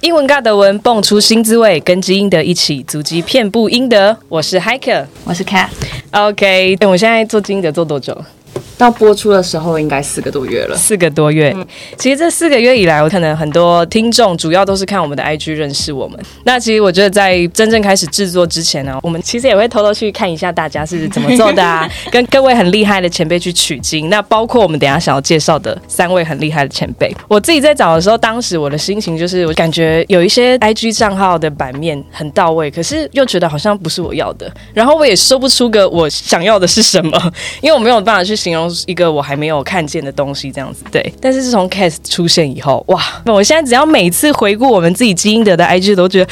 英文尬德文蹦出新滋味，跟基因的一起，足迹遍布英德。我是 Hiker。我是 Cat。 OK，我们哎现在做基因的做多久？到播出的时候应该四个多月了。四个多月。嗯其实这四个月以来，我可能很多听众主要都是看我们的 IG 认识我们。那其实我觉得，在真正开始制作之前呢，我们其实也会偷偷去看一下大家是怎么做的 啊，跟各位很厉害的前辈去取经。那包括我们等一下想要介绍的三位很厉害的前辈，我自己在找的时候，当时我的心情就是，我感觉有一些 IG 账号的版面很到位，可是又觉得好像不是我要的，然后我也说不出个我想要的是什么，因为我没有办法去形容一个我还没有看见的东西这样子。对，但是自从 Cast 出现以后，哇，我现在只要每次回顾我们自己基因得的 IG，都觉得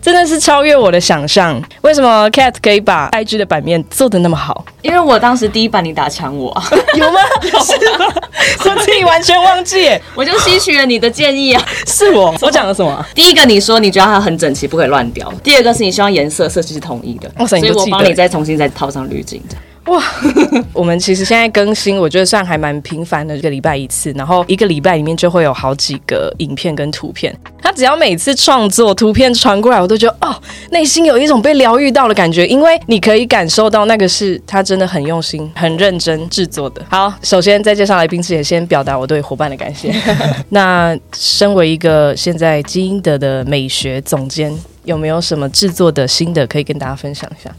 真的是超越我的想象。为什么 Cat 可以把 IG 的版面做的那么好？因为我当时第一版你打枪我， 有吗？是吗？ 我自己完全忘记耶，我就吸取了你的建议啊。是我，我讲了什么啊？第一个你说你觉得它很整齐，不可以乱掉；第二个是你希望颜色设计是统一的，哇塞哦所你以就我记得帮你再重新再套上滤镜。哇， 我们其实现在更新，我觉得算还蛮频繁的，一个礼拜一次，然后一个礼拜里面就会有好几个影片跟图片。他只要每次创作图片传过来，我都觉得哦， 内心有一种被疗愈到的感觉，因为你可以感受到那个是他真的很用心、很认真制作的。好，首先在介绍来宾之前，先表达我对伙伴的感谢。那身为一个现在基因德的美学总监，有没有什么制作的心得可以跟大家分享一下？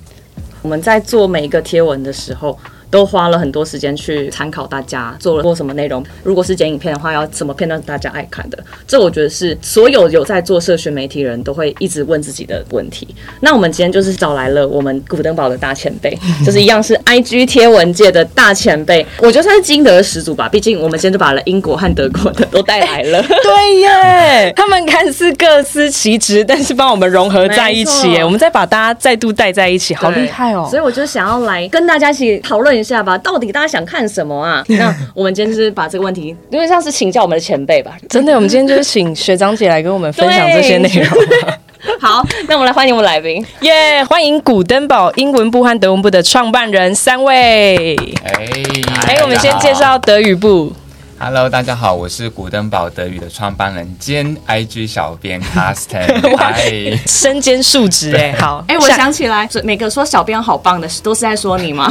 我们在做每一个贴文的时候，都花了很多时间去参考大家做了过什么内容。如果是剪影片的话，要什么片段是大家爱看的？这我觉得是所有有在做社群媒体人都会一直问自己的问题。那我们今天就是找来了我们古登堡的大前辈，就是一样是 IG 贴文界的大前辈，我觉得算是金德始祖吧。毕竟我们今天就把了英国和德国的都带来了。对耶，他们看似各司其职，但是帮我们融合在一起没耶，错我们再把大家再度带在一起，好对厉害哦！所以我就想要来跟大家一起讨论一下吧，到底大家想看什么 啊？那我们今天就是把这个问题，因为像是请教我们的前辈 吧。真的，我们今天就是请学长姐来跟我们分享这些内容。好，那我们来欢迎我们来宾。耶欢迎古登堡英文部和德文部的创办人三位。哎，哎、大家我们先好介绍德语部。 Hello，大家好，我是古登堡德语的创办人兼 IG 小编哎 Carsten。 哇嗨，身兼数职哎，好，哎、我想起来，每个说小编好棒的，都是在说你 吗？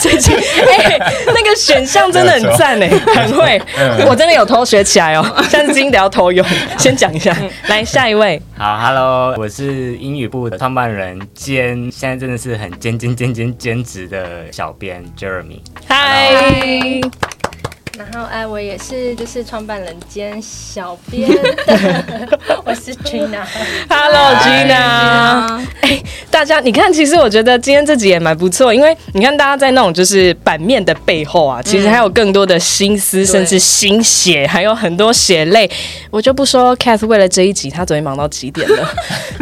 最近哎，那个选项真的很赞哎，很会，嗯我真的有偷学起来哦， 下次今天要偷用，先讲一嗯下，来下一位，好，Hello，我是英语部的创办人兼现在真的是很兼兼兼兼兼职的小编 Jeremy。嗨，哎然后哎，我也是就是创办人兼小编的，我是 Trina。 Hello 嗨 Gina，大哎家你看，其实我觉得今天这集也蛮不错，因为你看大家在那种就是版面的背后啊，其实还有更多的心思，甚至心血，还有很多血泪。我就不说 Cat 为了这一集，他昨天忙到几点 了。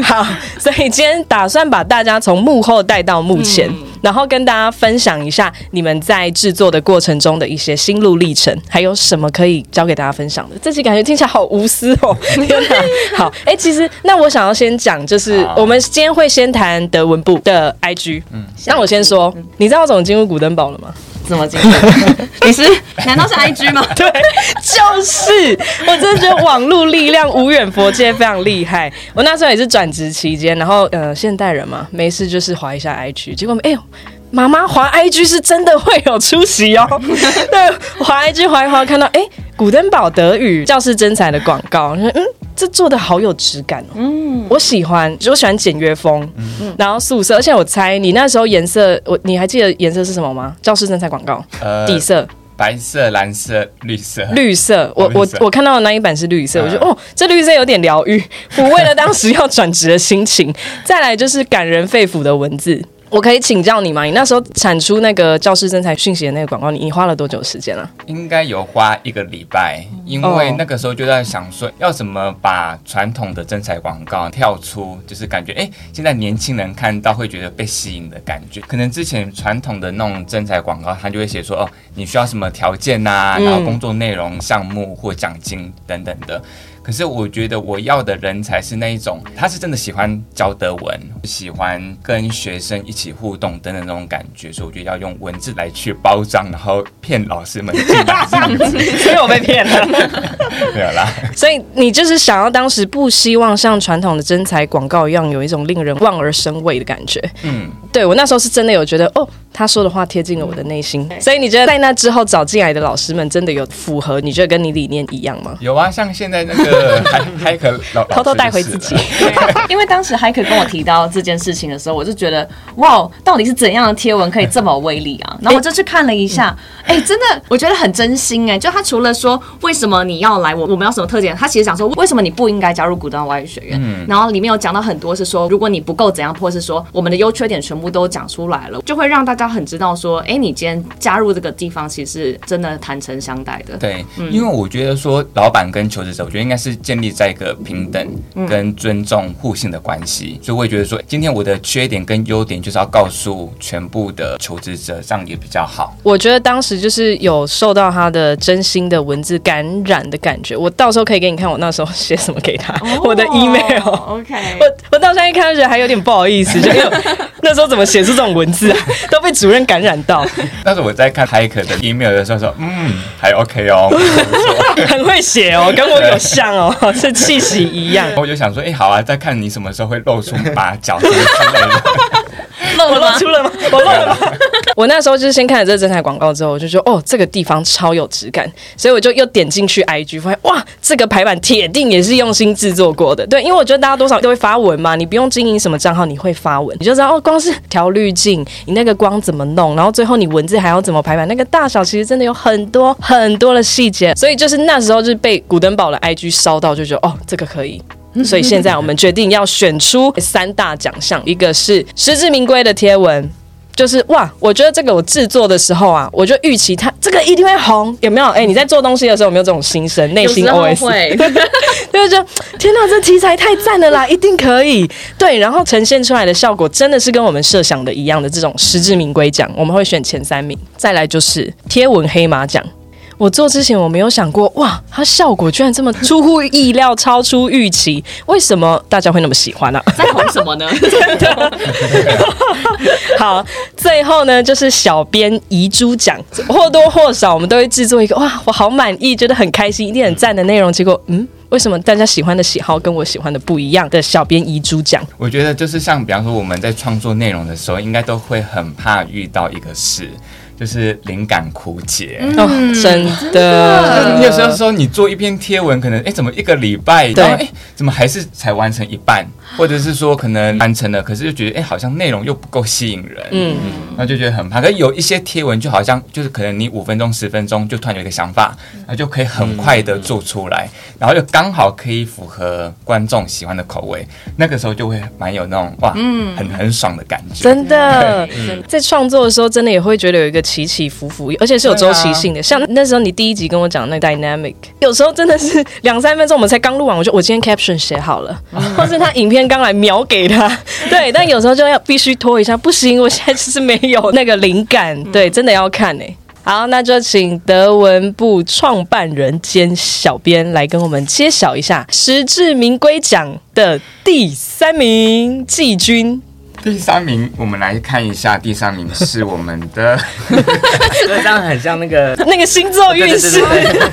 好，所以今天打算把大家从幕后带到幕前，然后跟大家分享一下你们在制作的过程中的一些心路历程，还有什么可以教给大家分享的。这集感觉听起来好无私 哦，天哪！好，哎、其实那我想要先讲，就是好我们今天会先谈德文部的 IG。嗯，那我先说，你知道我怎么进入古登堡了吗？怎么进步？ 你是？难道是 IG 吗？ 对，就是，我真的觉得网络力量无远佛界非常厉害。我那时候也是转职期间，然后呃，现代人嘛，没事就是滑一下 IG，结果哎呦。妈妈滑 IG 是真的会有出息哦，对，滑 IG 滑一滑，看到哎、古登堡德语教师真才的广告，我说嗯，这做的好有质感哦，嗯，我喜欢，我喜欢简约风，然后素色，而且我猜你那时候颜色，我你还记得颜色是什么吗？教师真才广告、呃底色，白色、蓝色、绿色，绿色，我我哦绿色我看到的那一版是绿色，嗯我觉得哦，这绿色有点疗 愈，抚慰了当时要转职的心情。再来就是感人肺腑的文字。我可以请教你吗？你那时候产出那个教师真才讯息的那个广告，你你花了多久时间 啊？应该有花一个礼拜，因为哦那个时候就在想说，要怎么把传统的真彩广告跳出，就是感觉哎、诶现在年轻人看到会觉得被吸引的感觉。可能之前传统的那种真彩广告，它就会写说哦，你需要什么条件呐、嗯然后工作内容、项目或奖金等等的。可是我觉得我要的人才是那一种，他是真的喜欢教德文，喜欢跟学生一起互动的那种感觉，所以我觉得要用文字来去包装，然后骗老师们进来这样子，所以我被骗了。 没有啦。所以你就是想要当时不希望像传统的真才广告一样，有一种令人望而生畏的感觉。嗯，对我那时候是真的有觉得，哦，他说的话贴近了我的内心。嗯所以你觉得在那之后找进来的老师们，真的有符合你觉得跟你理念一样吗？有啊，像现在那个还还可老偷偷带回自己， 因为当时 h i k e 跟我提到这件事情的时候，我就觉得哇，到底是怎样的贴文可以这么有威力啊？然后我就去看了一下，嗯哎、真的我觉得很真心哎、就他除了说为什么你要来，我我们有什么特点，他其实讲说为什么你不应该加入古典外语学院，嗯然后里面有讲到很多是说如果你不够怎样，或是说我们的优缺点全部都讲出来了，就会让大家很知道说，哎、你今天加入这个地方，其实是真的坦诚相待的。对，嗯因为我觉得说老板跟求职者，我觉得应该是建立在一个平等嗯跟尊重互信的关系，所以我也觉得说，今天我的缺点跟优点就是要告诉全部的求职者，这样也比较好。 我觉得当时就是有受到他的真心的文字感染的感觉。我到时候可以给你看我那时候写什么给他， 哦 我的 email。 OK， 我我到现在一看就觉得还有点不好意思，就因为那时候怎么写出这种文字啊，都被主任感染到，但是我在看 Hiker 的 email 的时候说，嗯，还 OK 哦，很会写哦，跟我有像哦， 这气息一样。我就想说，哎、好啊，再看你什么时候会露出马脚什么之类的。我露出了吗？我露了吗？ 我那时候就是先看了这个真材广告之后，我就说哦，这个地方超有质感，所以我就又点进去 IG，发现哇，这个排版铁定也是用心制作过的。对，因为我觉得大家多少都会发文嘛，你不用经营什么账号，你会发文，你就知道哦，光是调滤镜，你那个光怎么弄，然后最后你文字还要怎么排版，那个大小其实真的有很多很多的细节。所以就是那时候就是被古登堡的 IG 烧到，就觉得哦，这个可以，所以现在我们决定要选出三大奖项，一个是实至名归的贴文。就是哇，我觉得这个我制作的时候啊，我就预期它这个一定会红，有没有？哎、你在做东西的时候有没有这种心声？内有心时候 OS 会。 就觉得天哪，这题材太赞了啦，一定可以。对，然后呈现出来的效果真的是跟我们设想的一样的这种实至名归奖，我们会选前三名。再来就是贴文黑马奖。我做之前我没有想过，哇，它效果居然这么出乎意料、超出预期，为什么大家会那么喜欢呢、啊？在红什么 呢？ 好，最后呢就是小编遗珠奖，或多或少我们都会制作一个哇，我好满意，觉得很开心，一定很赞的内容。结果嗯，为什么大家喜欢的喜好跟我喜欢的不一样的小编遗珠奖？我觉得就是像比方说我们在创作内容的时候，应该都会很怕遇到一个事，就是灵感枯竭。哦，真的，你有时候说你做一篇贴文，可能哎、诶怎么一个礼拜，然后哎、对诶怎么还是才完成一半，或者是说可能完成了，可是就觉得哎、诶好像内容又不够吸引人，嗯，那就觉得很怕。可是有一些贴文就好像就是可能你五分钟十分钟就突然有一个想法，那就可以很快的做出来，然后就刚好可以符合观众喜欢的口味，那个时候就会蛮有那种哇，嗯，很很爽的感觉。真的，在创作的时候，真的也会觉得有一个起起伏伏，而且是有周期性的。像那时候你第一集跟我讲那个 dynamic，有时候真的是两三分钟，我们才刚录完，我就我今天 caption 写好了，或是他影片刚来秒给他，对。但有时候就要必须拖一下，不行，我现在就是没有那个灵感，对，真的要看哎、好，那就请德文部创办人兼小编来跟我们揭晓一下实至名归奖的第三名季军。第三名，我们来看一下，第三名是我们的。这样很像那个 那个星座运势对，哦对对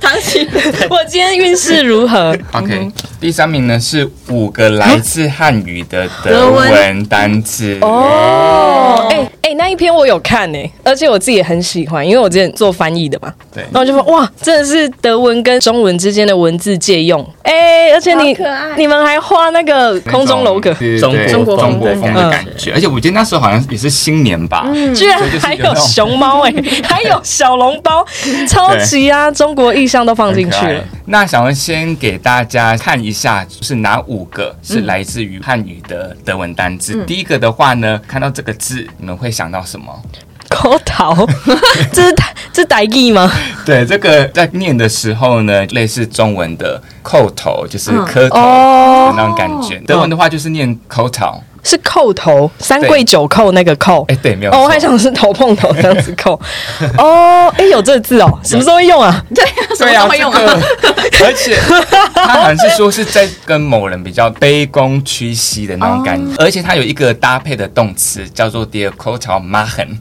唐琪， 我今天运势如何？ OK，、第嗯三名呢是五个来自汉语的德文单词。哦，哎哎，那一篇我有看呢、哎而且我自己也很喜欢，因为我之前做翻译的嘛，对然后我就说哇，真的是德文跟中文之间的文字借用，哎、而且你好可爱你们还画那个那空中楼阁，嗯种是中对中国中风国的风的感觉，而且我觉得那时候好像也是新年吧，居然就是还有那有种熊猫哎、还有小笼包，超级啊，中国意象都放进很可去爱了。。那想要先给大家看一下，就是哪五个是来自于汉语的德文单字。嗯第一个的话呢，看到这个字，你们会想到什么？嗯口桃，这是这是台语吗？对，这个在念的时候呢，类似中文的扣头，就是嗯磕头哦的那种感觉。德文的话就是念 k o t o 是扣头，三跪九叩那个扣。哎，对，没有错。哦，我还想是头碰头这样子 扣。哦，哎，有这个字哦，什么时候会用啊？ 对啊，这个，而且他好像是说是在跟某人比较卑躬屈膝的那种感哦觉，而且他有一个搭配的动词叫做 “der k o t o machen”，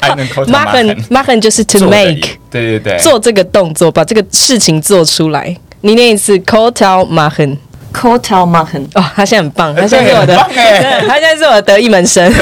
还能 k o t o machen machen machen 就是 to 做的哎 make 对对对，做这个动作，把这个事情做出来。你念一次 kotal machen k o t a l m a h e n 哦，他现在很棒，他现在是我的，对很棒哎对 他现在是我的得意门 生。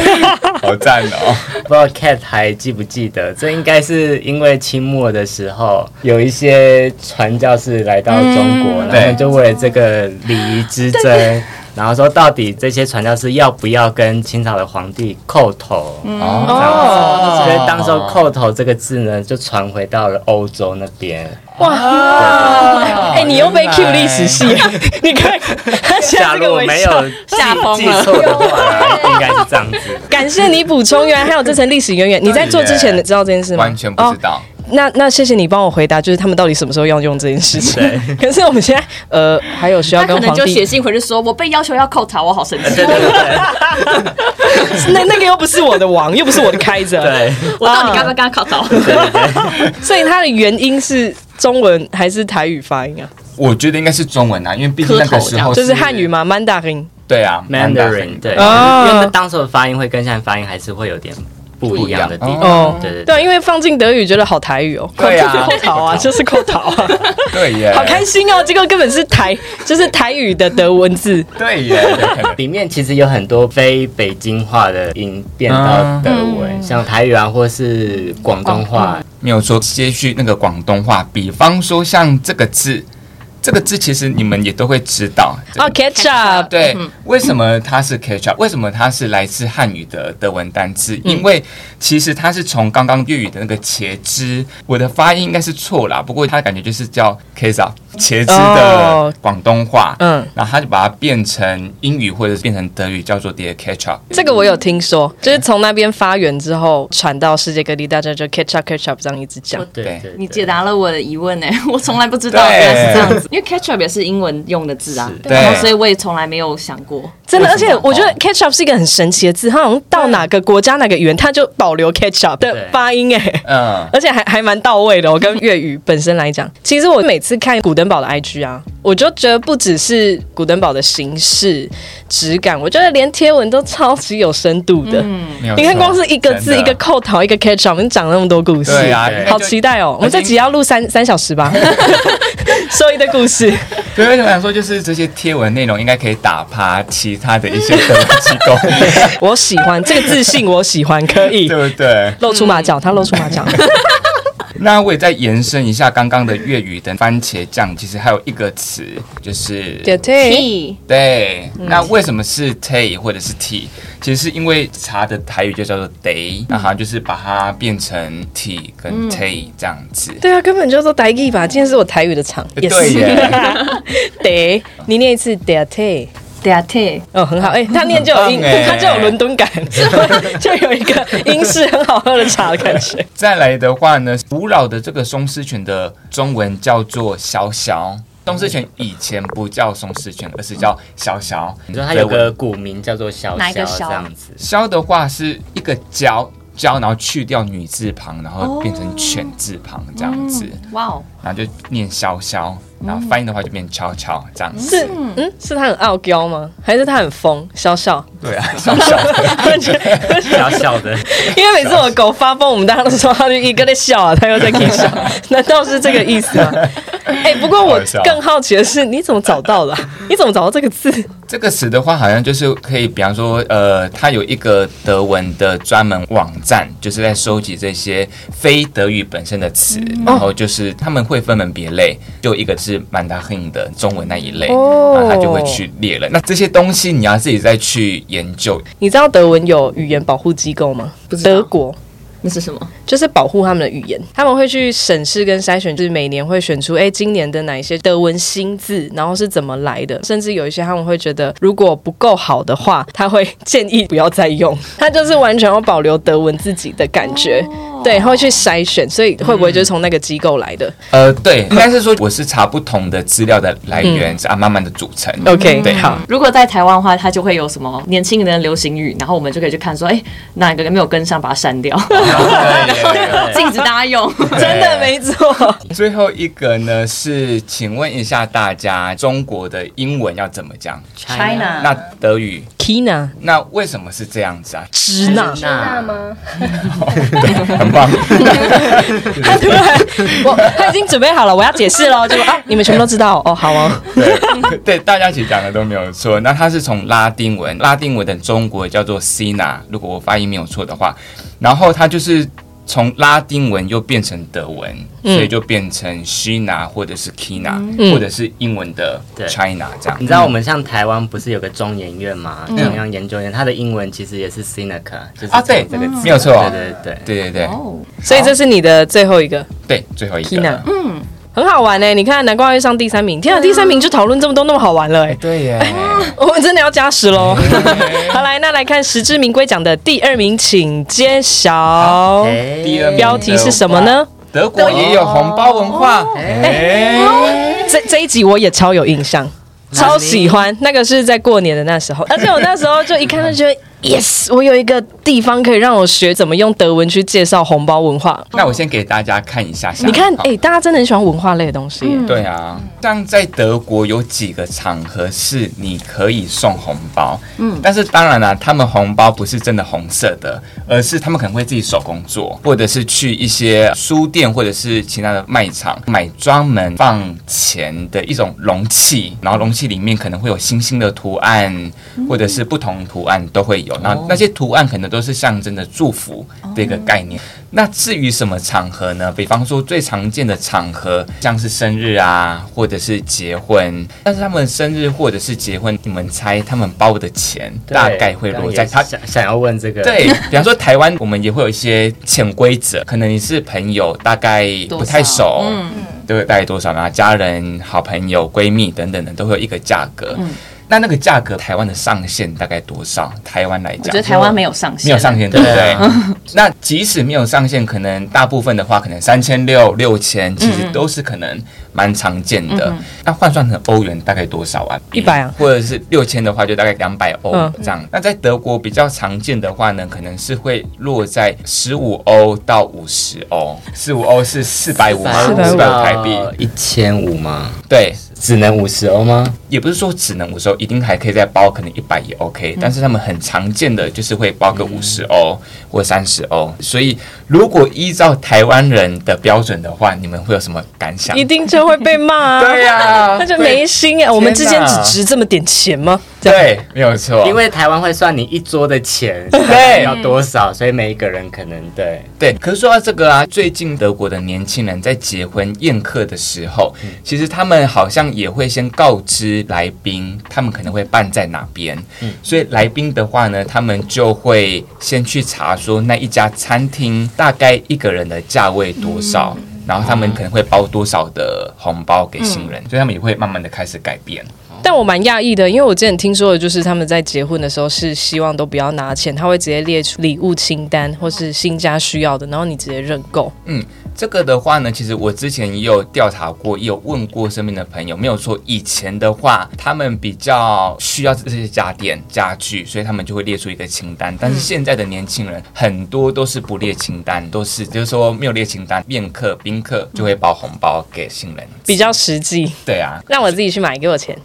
好赞哦。不知道 Cat 还记不记得？这应该是因为清末的时候，有一些传教士来到中国，然后他们就为了这个礼仪之争，然后说到底这些传教士要不要跟清朝的皇帝叩头？嗯哦所以当时候叩头这个字呢，就传回到了欧洲那边。哦哇，哎，你又被 Q 历史系，啊 你看他现在假 这如个我微没笑有。记记错的话， 应该是这样子。感谢你补充，原来还有这层历史渊源。你在做之前知道这件事吗？哦完全不知道。那那谢谢你帮我回答，就是他们到底什么时候要用这件事情？ 可是我们现在呃，还有需要他跟可能皇就写帝，信回去说，我被要求要扣查，我好生气， 那那个又不是我的王，又不是我的开着，对， 我到底刚刚刚扣 查？所以它的原因是中文还是台语发音啊？我觉得应该是中文啊，因为毕竟那个时候就是汉语？嘛，Mandarin。对啊 Mandarin 对，哦因为当时候的发音会跟现在发音还是会有点不一样的地不一样方。哦，对对对对，因为放进德语觉得好台语哦，对 啊扣桃啊，就是扣桃啊，对耶，好开心哦！结果根本是台，就是台语的德文字，对耶，有可能里面其实有很多非北京话的音变到德文，像台语啊，或是广东话。没有说接续那个广东话，比方说像这个字，这个字其实你们也都会知道。哦，ketchup，嗯对，为什么它是 ketchup？为什么它是来自汉语的德文单字？嗯因为其实它是从刚刚粤语的那个茄汁，我的发音应该是错啦，不过它感觉就是叫 ketchup 茄汁哦的广东话，嗯嗯，然后它就把它变成英语或者是变成德语，叫做 dear ketchup。这个我有听说，就是从那边发源之后传到世界各地，大家就 ketchup ketchup 这样一直讲。对对对对，你解答了我的疑问呢、 我从来不知道对原来是这样子，因为 ketchup 也是英文用的字啊，对然后所以我也从来没有想过，真的，而且我觉得哦 ketchup 是一个很神奇的字，它好像到哪个国家哪个语言，它就保留 ketchup 的对发音哎、嗯，而且还还蛮到位的、哦。我跟粤语本身来讲，其实我每次看古登堡的 IG 啊，我就觉得不只是古登堡的形式质感，我觉得连贴文都超级有深度的。没有你看，错光是一个字，嗯真一的个扣头，一个 catch，我们讲那么多故事，对啊对，好期待哦！我们这集要录三三小时吧， 说一堆故事。对，我想说，就是这些贴文内容应该可以打趴其他的一些德文机构， 我喜欢这个自信，我喜欢，可以对不对？露出马脚，他露出马脚。那我也再延伸一下刚刚的粤语的番茄酱，其实还有一个词就是 对 对，屁对。那为什么是 tea 或者是 tea？其实是因为茶的台语就叫做 day，那好像就是把它变成 tea 跟 tea 这样子。对啊，根本就是台语吧？今天是我台语的场，也哎对是 耶。得，你念一次 d a t e d a t 哦，很好，哎、他念就有英啊很棒哎，他就有伦 敦感，就有一个英式很好喝的茶的感 觉。再来的话呢，古老的这个松狮犬的中文叫做小小。松狮犬以前不叫松狮犬，而是叫小小。你说它有个古名叫做小哪一小个这小样子，萧的话是一个娇娇，然后去掉女字旁，然后变成犬字旁这样子，哇哦，然后就念萧萧，然后翻译的话就变悄悄这样子。是，嗯，是他很傲娇吗？还是他很疯？笑笑， 对 啊，萧萧，小小的。因为每次我狗发疯，我们大家都说它就一个在笑啊，它又在给 笑，难道是这个意思吗？哎、不过我好笑更好奇的是，你怎么找到的啊、你怎么找到这个字？这个词的话，好像就是可以，比方说，呃，它有一个德文的专门网站，就是在收集这些非德语本身的词，嗯然后就是他们会分门别类，就一个是曼达亨的中文那一类，哦然后他就会去列了。那这些东西你要自己再去研究，你知道德文有语言保护机构吗？不知道德国那是什么？就是保护他们的语言。他们会去审视跟筛选，就是每年会选出，哎，今年的哪一些德文新字，然后是怎么来的，甚至有一些他们会觉得如果不够好的话，他会建议不要再用。 他就是完全要保留德文自己的感觉，哦对，会去筛选，所以会不会就是从那个机构来的、呃，对，应该是说我是查不同的资料的来源，是啊，慢慢的组成。 o k 对嗯好，如果在台湾的话，它就会有什么年轻人的流行语，然后我们就可以去看说，哎、哪个没有跟上，把它删掉， 禁止大家用。真的没错。最后一个呢是，请问一下大家，中国的英文要怎么讲？那德语， Kina 那为什么是这样子啊？ 支那，那吗？很棒，他突然我他已经准备好了，我要解释喽， 结果啊，你们全部都知道哦，好哦，对对，大家其实讲的都没有错。那它是从拉丁文，拉丁文的中国叫做 Sina，如果我发音没有错的话，然后它就是从拉丁文又变成德文，嗯所以就变成 Shina 或者是 Kina，、嗯或者是英文的对 China 这样。你知道我们像台湾不是有个中研院吗？中央研究院，它的英文其实也是 Seneca，就是嗯啊对从这个字没有错对对对对。对对对、哦所以这是你的最后一个对，最后一个哦 Kina，了嗯，很好玩呢、欸你看难怪会上第三名，天啊，第三名就讨论这么多，那么好玩了哎、 对耶，我们真的要加时 喽。好来，那来看实至名归奖的第二名，请揭晓，哎哦第二名标题是什么呢？哦德国也有红包文化，哎、这这一集我也超有印象，超喜欢。那个是在过年的那时 候，而且我那时候就一看就觉得，yes，我有一个地方可以让我学怎么用德文去介绍红包文化。那我先给大家看一下下。你看，好哎、大家真的很喜欢文化类的东西耶。对啊，像在德国有几个场合是你可以送红包，嗯，但是当然啦、他们红包不是真的红色的，而是他们可能会自己手工做，或者是去一些书店或者是其他的卖场买专门放钱的一种容器，然后容器里面可能会有星星的图案，或者是不同图案都会有，那那些图案可能都是象征着祝福的一个概念。那至于什么场合呢？比方说最常见的场合，像是生日啊，或者是结婚。但是他们生日或者是结婚，你们猜他们包的钱对大概会落在刚他刚也想想要问这个，对，比方说台湾，我们也会有一些潜规则，可能你是朋友，大概不太熟，嗯对，大概多少呢？家人、好朋友、闺蜜等等的，都会有一个价格。嗯那那个价格，台湾的上限大概多少？台湾来我讲觉得，台湾没有上限，没有上限，对不对对？ 那即使没有上限，可能大部分的话，可能三千六、六千，其实都是可能蛮常见的。那换算成欧元大概多少啊？ 100啊或者是六千的话，就大概两百欧嗯这样。那在德国比较常见的话呢，可能是会落在十五欧到五十欧，十五欧是四百五四百十五百台币，一千五吗？对。只能五十欧吗？也不是说只能五十欧，一定还可以再包，可能一百也嗯 OK、但是他们很常见的就是会包个五十欧或三十欧，所以如果依照台湾人的标准的话，你们会有什么感想一？定就会被骂、啊。对呀、那就没心啊！我们之间只天哪值这么点钱吗？这对样，对，没有错，因为台湾会算你一桌的钱，对要多少，所以每一个人可能对对，可是说到这个啊，最近德国的年轻人在结婚宴客的时候，其实他们好像也会先告知来宾，他们可能会办在哪边。所以来宾的话呢，他们就会先去查说那一家餐厅大概一个人的价位多少。然后他们可能会包多少的红包给新人，所以他们也会慢慢的开始改变。但我蛮讶异的，因为我之前听说的就是他们在结婚的时候是希望都不要拿钱，他会直接列出礼物清单或是新家需要的，然后你直接认购。这个的话呢，其实我之前也有调查过，也有问过身边的朋友，没有错。以前的话，他们比较需要这些家电家具，所以他们就会列出一个清单。但是现在的年轻人很多都是不列清单，都是就是说没有列清单，宴客宾客就会包红包给新人。比 较实际，对啊，让我自己去买，给我钱，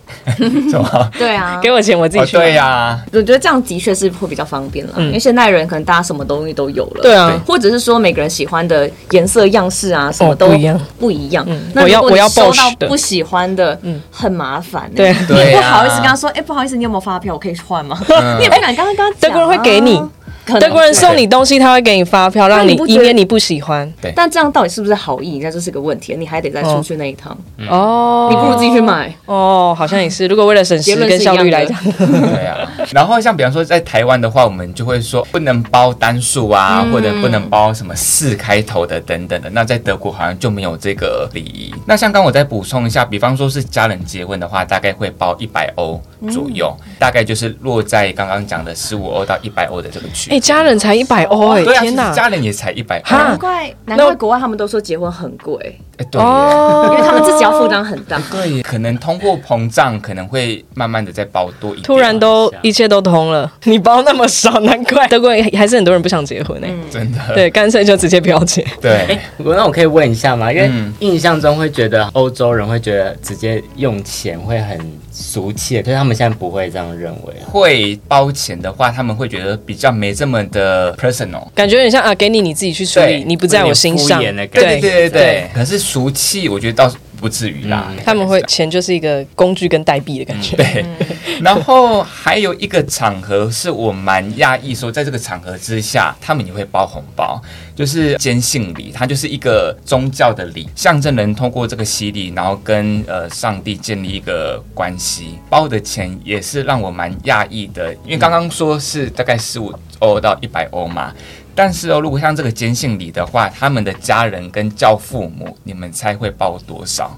什么？对啊，给我钱，我自己哦，去买。对呀、我觉得这样的确是会比较方便啦，嗯因为现代人可能大家什么东西都有了，对啊或者是说每个人喜欢的颜色、样式啊，什么都哦不一样不一样。嗯那我要如果我要你收 Bosch 的嗯到不喜欢的，很麻烦欸、对你也对不啊好意思跟他说，哎、不好意思，你有没有发票？我可以换吗？ 你也不敢刚刚刚嗯德国人会给你，德国人送你东西，他会给你发票，让你那你不觉得以免你不喜欢。但这样到底是不是好意？那就是个问题，你还得再出去那一趟，嗯哦，你不如自己去。买。哦，好像也是。如果为了省时结论跟是一样效的率来讲，对啊，然后像比方说在台湾的话，我们就会说不能包单数啊，嗯或者不能包什么四开头的等等的。那在德国好像就没有这个礼仪。那像刚我再补充一下，比方说是家人结婚的话，大概会包一百欧嗯左右，大概就是落在刚刚讲的十五欧到一百欧的这个区哎、间。家人才一百欧哎，对啊，其天实哪！家人也才一百欧，哈难怪难怪国外他们都说结婚很贵，哎对哦耶。因为他们自己要负担很大。对，可能通货膨胀可能会慢慢的再包多一点。突然都一切都通了， 你包那么少，难怪德国也还是很多人不想结婚哎、真的对，干脆就直接不要结。对，我那我可以问一下吗？因为嗯印象中会觉得欧洲人会觉得直接用钱会很俗气，可是他们现在不会这样认为。会包钱的话，他们会觉得比较没这么的 personal。感觉有点像啊，给你你自己去处对理，你不欸在我心上。有点敷衍的感对觉对对对对，可是俗气，我觉得倒是不至于啦。嗯他们会钱就是一个工具跟代币的感觉。对， 然后还有一个场合是我蛮讶异，说在这个场合之下，他们也会包红包，就是坚信礼，它就是一个宗教的礼，象征人通过这个洗礼，然后跟呃上帝建立一个关系。包的钱也是让我蛮讶异的，因为刚刚说是大概十五欧到一百欧嘛。但是哦，如果像这个坚信礼的话，他们的家人跟教父母，你们猜会包多少？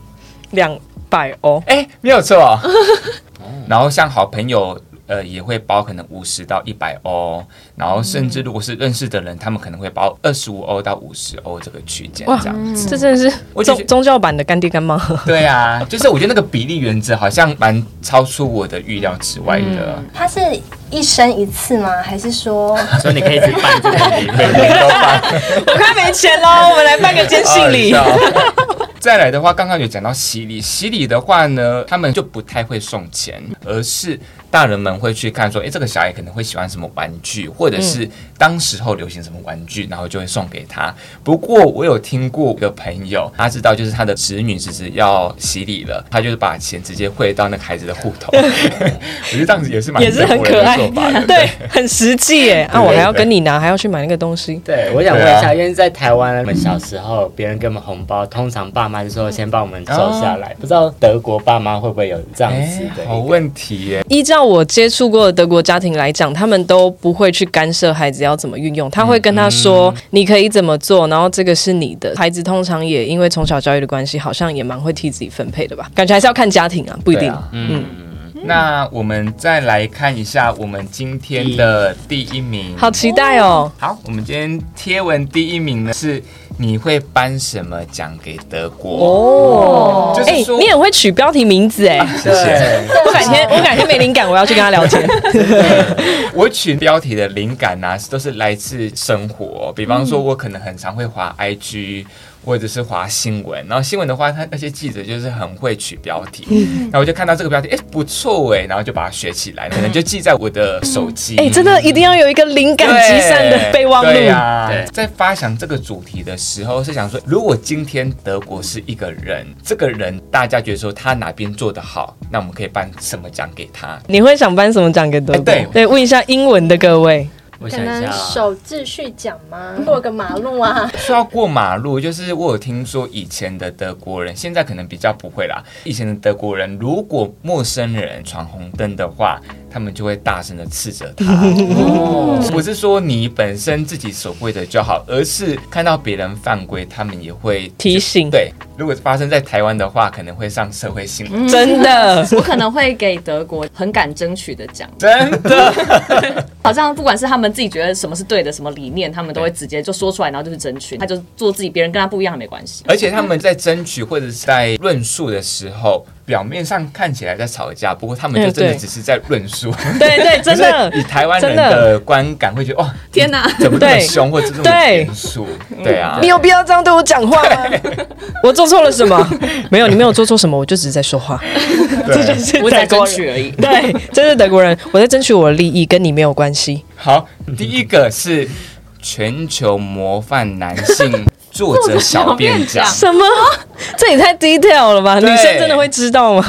两百欧，哎、没有错。 然后像好朋友，呃，也会包可能五十到一百欧，然后甚至如果是认识的人，他们可能会包二十五欧到五十欧这个区间哇这样子。这真的是我就宗觉得宗教版的干爹干 妈。对啊，就是我觉得那个比例原则好像蛮超出我的预料之外的。它是一生一次吗？还是说所以你可以一直办这个 礼每年都办我快没钱喽，我们来办个 坚信礼。好好笑 再来的话，刚刚有讲到洗礼，洗礼的话呢，他们就不太会送钱，而是大人们会去看说，诶，这个小孩可能会喜欢什么玩具，或者嗯是当时候流行什么玩具，然后就会送给他。不过我有听过一个朋友，他知道就是他的侄女侄子要洗礼了，他就是把钱直接汇到那个孩子的户 头，我觉得这样子也是蛮也是很可爱中国人的做法，的对，很实际耶。啊，对我还要跟你拿，还要去买那个东西。对，我想问对啊一下，因为在台湾，我们小时候别人给我们红包，通常爸妈就说先帮我们收下来，不知道德国爸妈会不会有这样子嗯哎的一，好个问题耶，依照我接触过的德国家庭来讲，他们都不会去干涉孩子要怎么运用，他会跟他嗯说、你可以怎么做，然后这个是你的。孩子通常也因为从小教育的关系，好像也蛮会替自己分配的吧？感觉还是要看家庭啊，不一定。对啊嗯那我们再来看一下我们今天的第一名。好期待哦！好，我们今天贴文第一名呢是你会颁什么奖给德国？哦，就哎、是说，你很会取标题名字哎、谢谢。我改天我改天没灵感，我要去跟他聊天。嗯我取标题的灵感呢、啊，都是来自生活。比方说，我可能很常会嗯滑 IG，或者是滑新闻。然后新闻的话，他那些记者就是很会取标题。嗯然后我就看到这个标题，哎、不错哎，然后就把它学起来，可能就记在我的手机。哎、真的一定要有一个灵感对集散的备忘录。对啊对在发想这个主题的时候，是想说，如果今天德国是一个人，这个人大家觉得说他哪边做得好，那我们可以颁什么奖给他？你会想颁什么奖给德国？哎对问一下英文的各位。我可想一能下啊，守秩序奖吗？过个马路啊？说要过马路，就是我有听说以前的德国人，现在可能比较不会啦。以前的德国人，如果陌生人闯红灯的话，他们就会大声的斥责 他。哦不是说你本身自己守规则就好，而是看到别人犯规，他们也会提醒对，如果发生在台湾的话，可能会上社会新闻。真 的我可能会给德国很敢争取的奖，真的， 好像不管是他们自己觉得什么是对的，什么理念，他们都会直接就说出来，然后就是争取，他就做自己，别人跟他不一样没关系。而且他们在争取或者是在论述的时候，表面上看起来在吵架，不过他们就真的嗯对只是在论述。对对， 真的可是以台湾人真的的观感会觉得，哇，哦天哪！怎么这么 对嗯凶或者这么对严肃？对啊你，有必要这样对我讲话吗？ 我做错了什 么？没有，你没有做错什么，我就只是在说话。 这就是我在德争国人。取而已。 对，这是德国人，我在争取我的利益，跟你没有关系。 好，第一个是全球模范男性作者小便奖。什么？ 这也太 detail 了吧？女对生真的会知道吗？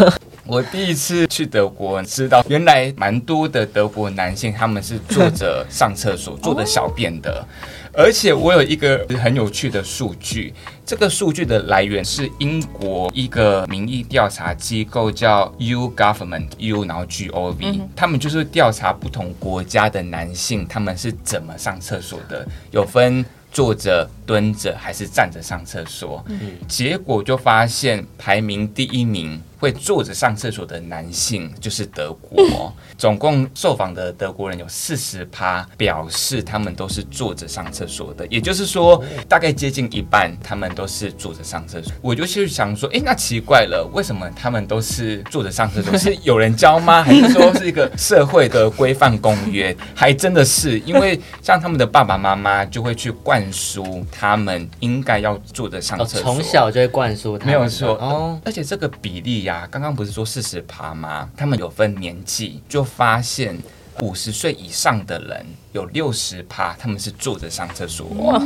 我第一次去德国，知道原来蛮多的德国男性他们是坐着上厕所、坐着小便的，而且我有一个很有趣的数据，这个数据的来源是英国一个民意调查机构叫 U Government U，然后 G O V，、他们就是调查不同国家的男性他们是怎么上厕所的，有分。坐着、蹲着还是站着上厕所？结果就发现排名第一名会坐着上厕所的男性就是德国，总共受访的德国人有四十趴表示他们都是坐着上厕所的，也就是说大概接近一半他们都是坐着上厕所。我就去想说，诶，那奇怪了，为什么他们都是坐着上厕所？是有人教吗？还是说是一个社会的规范公约？还真的是，因为像他们的爸爸妈妈就会去灌输他们应该要坐着上哦，厕所，从小就会灌输他没们的，有错哦哦，，而且这个比例呀、刚刚不是说四十趴吗？他们有分年纪，就发现五十岁以上的人有六十趴，他们是坐着上厕所。呃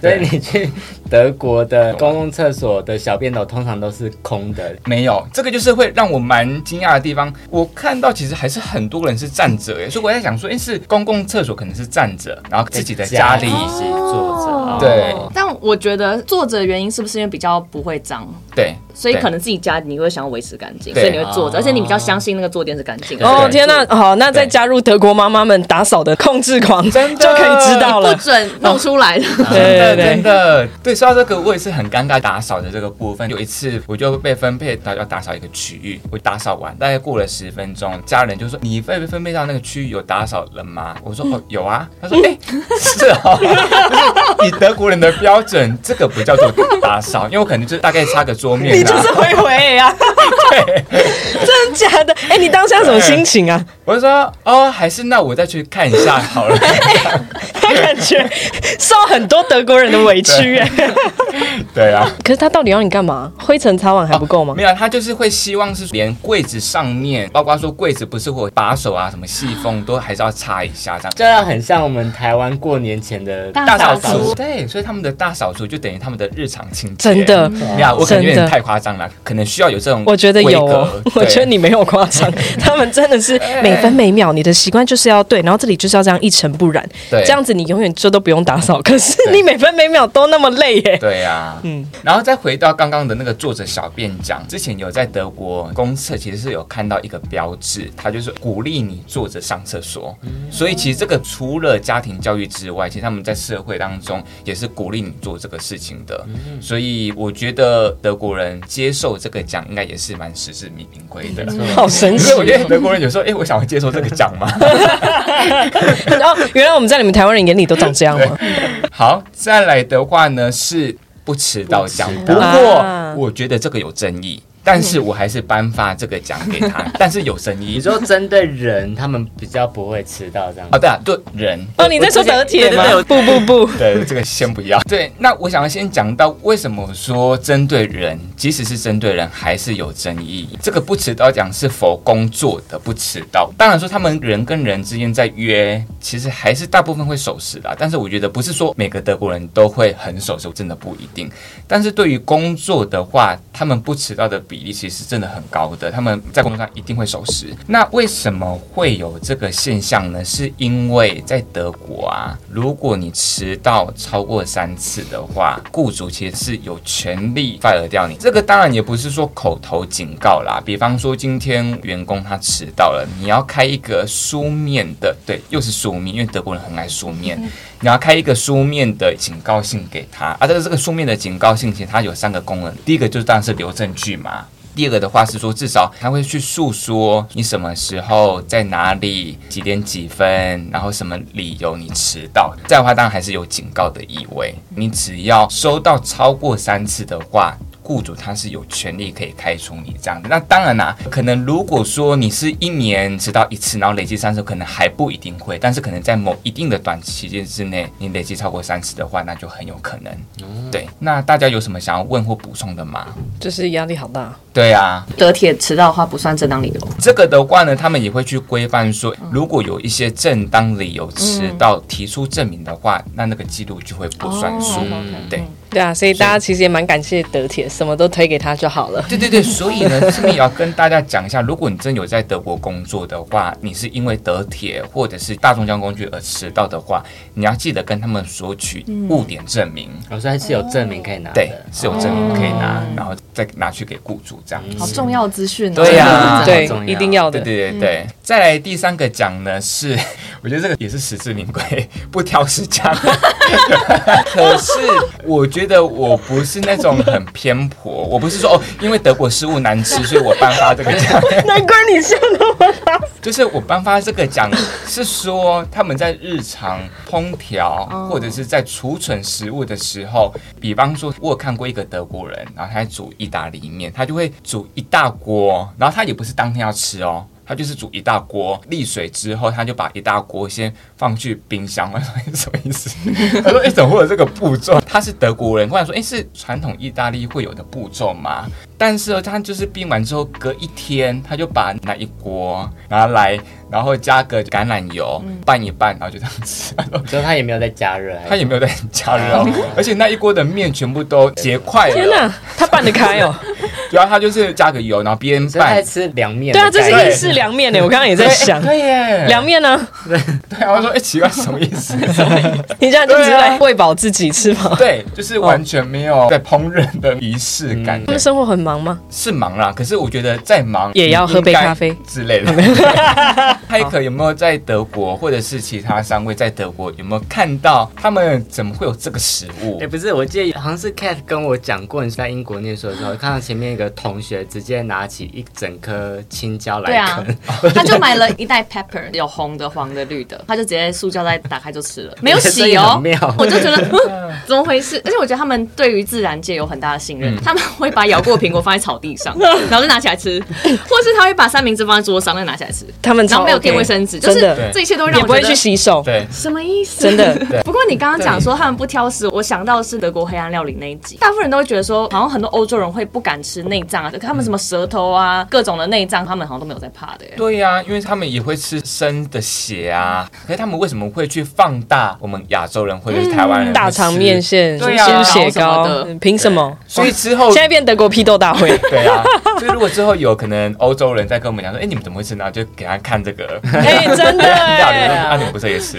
所以你去德国的公共厕所的小便斗通常都是空的，没有，这个就是会让我蛮惊讶的地方。我看到其实还是很多人是站着诶，所以我在想说，诶，是公共厕所可能是站着，然后自己的家里，哦是坐哦着，对但我觉得坐着的原因是不是因为比较不会脏，对，所以对可能自己家你会想要维持干净，对啊所以你会坐着，哦而且你比较相信那个坐垫是干净的。哦对天呐，好，那再加入德国妈妈们打扫的控制狂，就可以知道不了。准弄出来的。啊对对真的对真。的，对，说到这个，我也是很尴尬打扫的这个部分。有一次，我就被分配到要打扫一个区域，我打扫完，大概过了十分钟，家人就说：“你被分配到那个区域有打扫了吗？”我说：“哦，有啊。”他说：“哎、是哦， 就是以德国人的标准，这个不叫做打扫，因为我可能就是大概擦个桌面、啊。” 你就是回回啊呀、 真的假的？哎、你当下什么心情啊？我就说：“哦，还是那我再去看一下好了。”他感觉受很多德国人的委屈哎、 对啊。哦可是他到底要你干嘛？灰尘擦完还不够吗没？有，啊他就是会希望是连柜子上面，包括说柜子不是会有把手啊、什么细缝，都还是要擦一下这样。这样很像我们台湾过年前的大大扫扫除除，对，所以他们的大扫除就等于他们的日常清洁。真的，没有，我可能有真点的太夸张了，可能需要有这种我觉得有哦 规格，我觉得对你没有夸 张，他们真的是每分每秒，你的习惯就是要对，然后这里就是要这样一尘不染，对这样子你永远就都不用打扫，可是对你每分每秒都那么累耶。对啊，嗯，然后再回到刚刚的那个作者小便讲，之前有在德国公厕其实是有看到一个标志，它就是鼓励你坐着上厕所，所以其实这个除了家庭教育之外，其实他们在社会当中也是鼓励你做这个事情的，所以我觉得德国人接受这个奖应该也是蛮实至名归的。好神奇啊 所以我觉得德国人有时候，哎、我想要接受这个奖吗？ 哦！原来我们在你们台湾人眼里都长这样吗？好，再来的话呢是不迟到奖，不到过啊我觉得这个有争议，但是我还是颁发这个奖给 他，但是有争议你。说针对人，他们比较不会迟到这样啊，。对啊，对人。哦，你在说德铁吗？不不不，对，这个先不要。对，那我想要先讲到为什么说针对人，即使是针对人，还是有争议。这个不迟到奖是否工作的不迟到？当然说他们人跟人之间在约，其实还是大部分会守时啦。但是我觉得不是说每个德国人都会很守时，真的不一定。但是对于工作的话，他们不迟到的比例其实真的很高的，他们在工作上一定会守时。那为什么会有这个现象呢？是因为在德国啊，如果你迟到超过三次的话，雇主其实是有权利 fire 掉你。这个当然也不是说口头警告啦，比方说今天员工他迟到了，你要开一个书面的，对，又是书面，因为德国人很爱书面。你要开一个书面的警告信给他，啊，但是这个书面的警告信其实它有三个功能，第一个就是当然是留证据嘛。第二个的话是说，至少他会去诉说你什么时候在哪里几点几分，然后什么理由你迟到。这样的话，当然还是有警告的意味。你只要收到超过三次的话，雇主他是有权利可以开除你这样的。那当然啦、可能如果说你是一年迟到一次，然后累积三次，可能还不一定会，但是可能在某一定的短期间之内，你累积超过三次的话，那就很有可能。对，那大家有什么想要问或补充的吗？就是压力好大。对啊，德铁迟到的话不算正当理由。这个的话呢，他们也会去规范说，如果有一些正当理由迟到提出证明的话，那那个记录就会不算数。对，对啊，所以大家其实也蛮感谢德铁，什么都推给他就好了。对对对，所以呢， 这边也要跟大家讲一下，如果你真有在德国工作的话，你是因为德铁或者是大众交通工具而迟到的话，你要记得跟他们索取误点证明。我哦说还是有证明可嗯以拿的。对，是有证明可以拿，然后再拿去给雇主这样好子。重要资讯哦。对呀啊对重，要一定要的对。对对对，再来第三个奖呢是， 我觉得这个也是实至名归，不挑食奖。 可是我觉得我不是那种很偏颇，我不是说哦，因为德国食物难吃，所以我颁发这个奖。难怪你笑那么大声。就是我颁发这个奖，是说他们在日常烹调或者是在储存食物的时候，比方说，我有看过一个德国人，然后他在煮意大利面，他就会煮一大锅，然后他也不是当天要吃哦。他就是煮一大锅，沥水之后，他就把一大锅先放去冰箱。我说哎 什么意思？他说：“哎、怎么会有这个步骤？”他是德国人，忽然说：“哎、是传统意大利会有的步骤吗？”但是哦他就是冰完之后，隔一天他就把那一锅拿来，然后加个橄榄油、嗯拌一拌，然后就这样吃。他说你说他也没有在加热，哎他也没有在加 热哦，而且那一锅的面全部都结块天了。哪，他办得开 哦！然后他就是加个油，然后边所以他在拌。吃凉面的对啊，概念。这是意式凉面欸呢，我刚刚也在想哎。对耶，凉面呢？对啊，我说哎、奇怪，什么意 思？你这样就只是对啊来喂饱自己吃吗？对，就是完全没有在烹饪的仪式感。他们生活很忙吗？是忙啦，可是我觉得再忙也要喝杯咖啡应该之 类的。派克有没有在德国，或者是其他商会在德国有没有看到他们怎么会有这个食物哎、？不是，我记得好像是 Cat 跟我讲过，你是在英国念书的时候，看到前面一个同学直接拿起一整颗青椒对来啊啃，，他就买了一袋 pepper，有红的、黄的、绿的，他就直接塑胶袋打开就吃了，没没有 洗哦。妙，我就觉得嗯 怎么回事？而且我觉得他们对于自然界有很大的信任，他们会把咬过的苹果放在草地上，然后就拿起来吃，或是他会把三明治放在桌上，再拿起来吃，他们然超后没有 OK 垫卫生纸，就真是的这一切都会让也我不会觉得去洗手。对，什么意思？真的 对不过你刚刚讲说他们不挑食，我想到的是德国黑暗料理那一集，大部分人都会觉得说，好像很多欧洲人会不敢吃内脏啊，他们什么舌头啊，各种的内脏，他们好像都没有在怕的耶。对呀、因为他们也会吃生的血啊，可是他们为什么会去放大我们亚洲人或者是台湾人、嗯大肠面？线、对啊猪血然后糕什么的，嗯凭什么？所以之后现在变德国批斗大会， 对啊，所以如果之后有可能欧洲人在跟我们讲说，哎、你们怎么会吃呢？就给他看这 个哎，真 的料理，啊哎，那你们不是也是？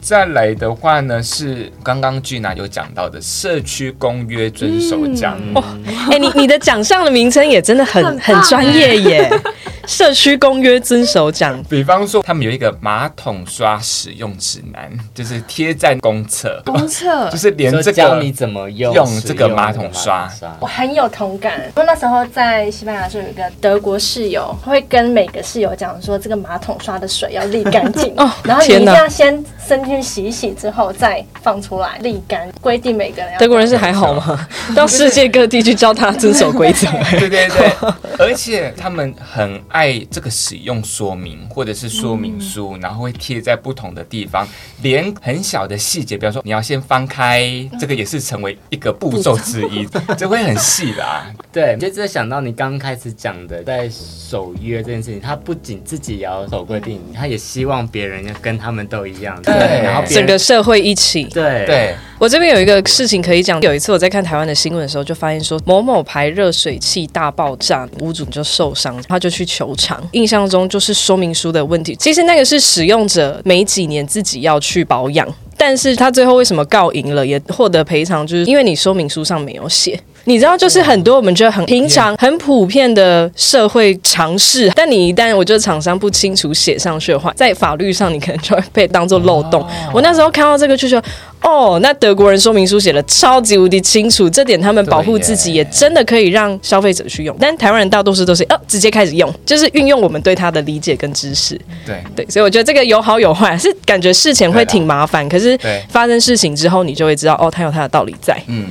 再来的话呢，是刚刚俊娜有讲到的社区公约遵守奖。嗯哎，你你的奖项的名称也真的很很专业耶，欸社区公约遵守奖，比方说，他们有一个马桶刷使用指南，就是贴在公厕，公厕就。是连哦说这教你个怎么用用使这个马这桶刷我很有同感，因为那时候在西班牙的时候有一个德国室友，会跟每个室友讲说，这个马桶刷的水要沥干净，哦然后你一天定哪要先伸进去洗一洗，之后再放出来沥干。规定每个人 要德国人是还好吗？ 到世界各地去教他遵守规则，对对对， 而且他们很爱这个使用说明或者是说明书，嗯然后会贴在不同的地方，连很小的细节，比方说你要先翻开，这个也是成为一个步骤之一，这会很细啦。 对，就这想到你刚开始讲的，在守约这件事情，他不仅自己也要守规定，他也希望别人要跟他们都一样。对然后别 整人个社会一起。对对，我这边有一个事情可以讲，有一次我在看台湾的新闻的时候，就发现说某某牌热水器大爆炸，屋主就受伤，他就去求偿。印象中就是说明书的问题，其实那个是使用者每几年自己要去保养。但是他最后为什么告赢了，也获得赔偿，就是因为你说明书上没有写。你知道，就是很多我们觉得很平常、很普遍的社会常识，但你一旦我觉得厂商不清楚写上去的话，在法律上你可能就会被当做漏洞。我那时候看到这个就说，哦，那德国人说明书写的超级无敌清楚，这点他们保护自己也真的可以让消费者去用，但台湾人大多数都是呃直接开始用， 就是运用我们对它的理解跟知识。对对，所以我觉得这个有好有坏，是感觉事前会挺麻烦，可是对发生事情之后，你就会知道哦，它有它的道理在。嗯。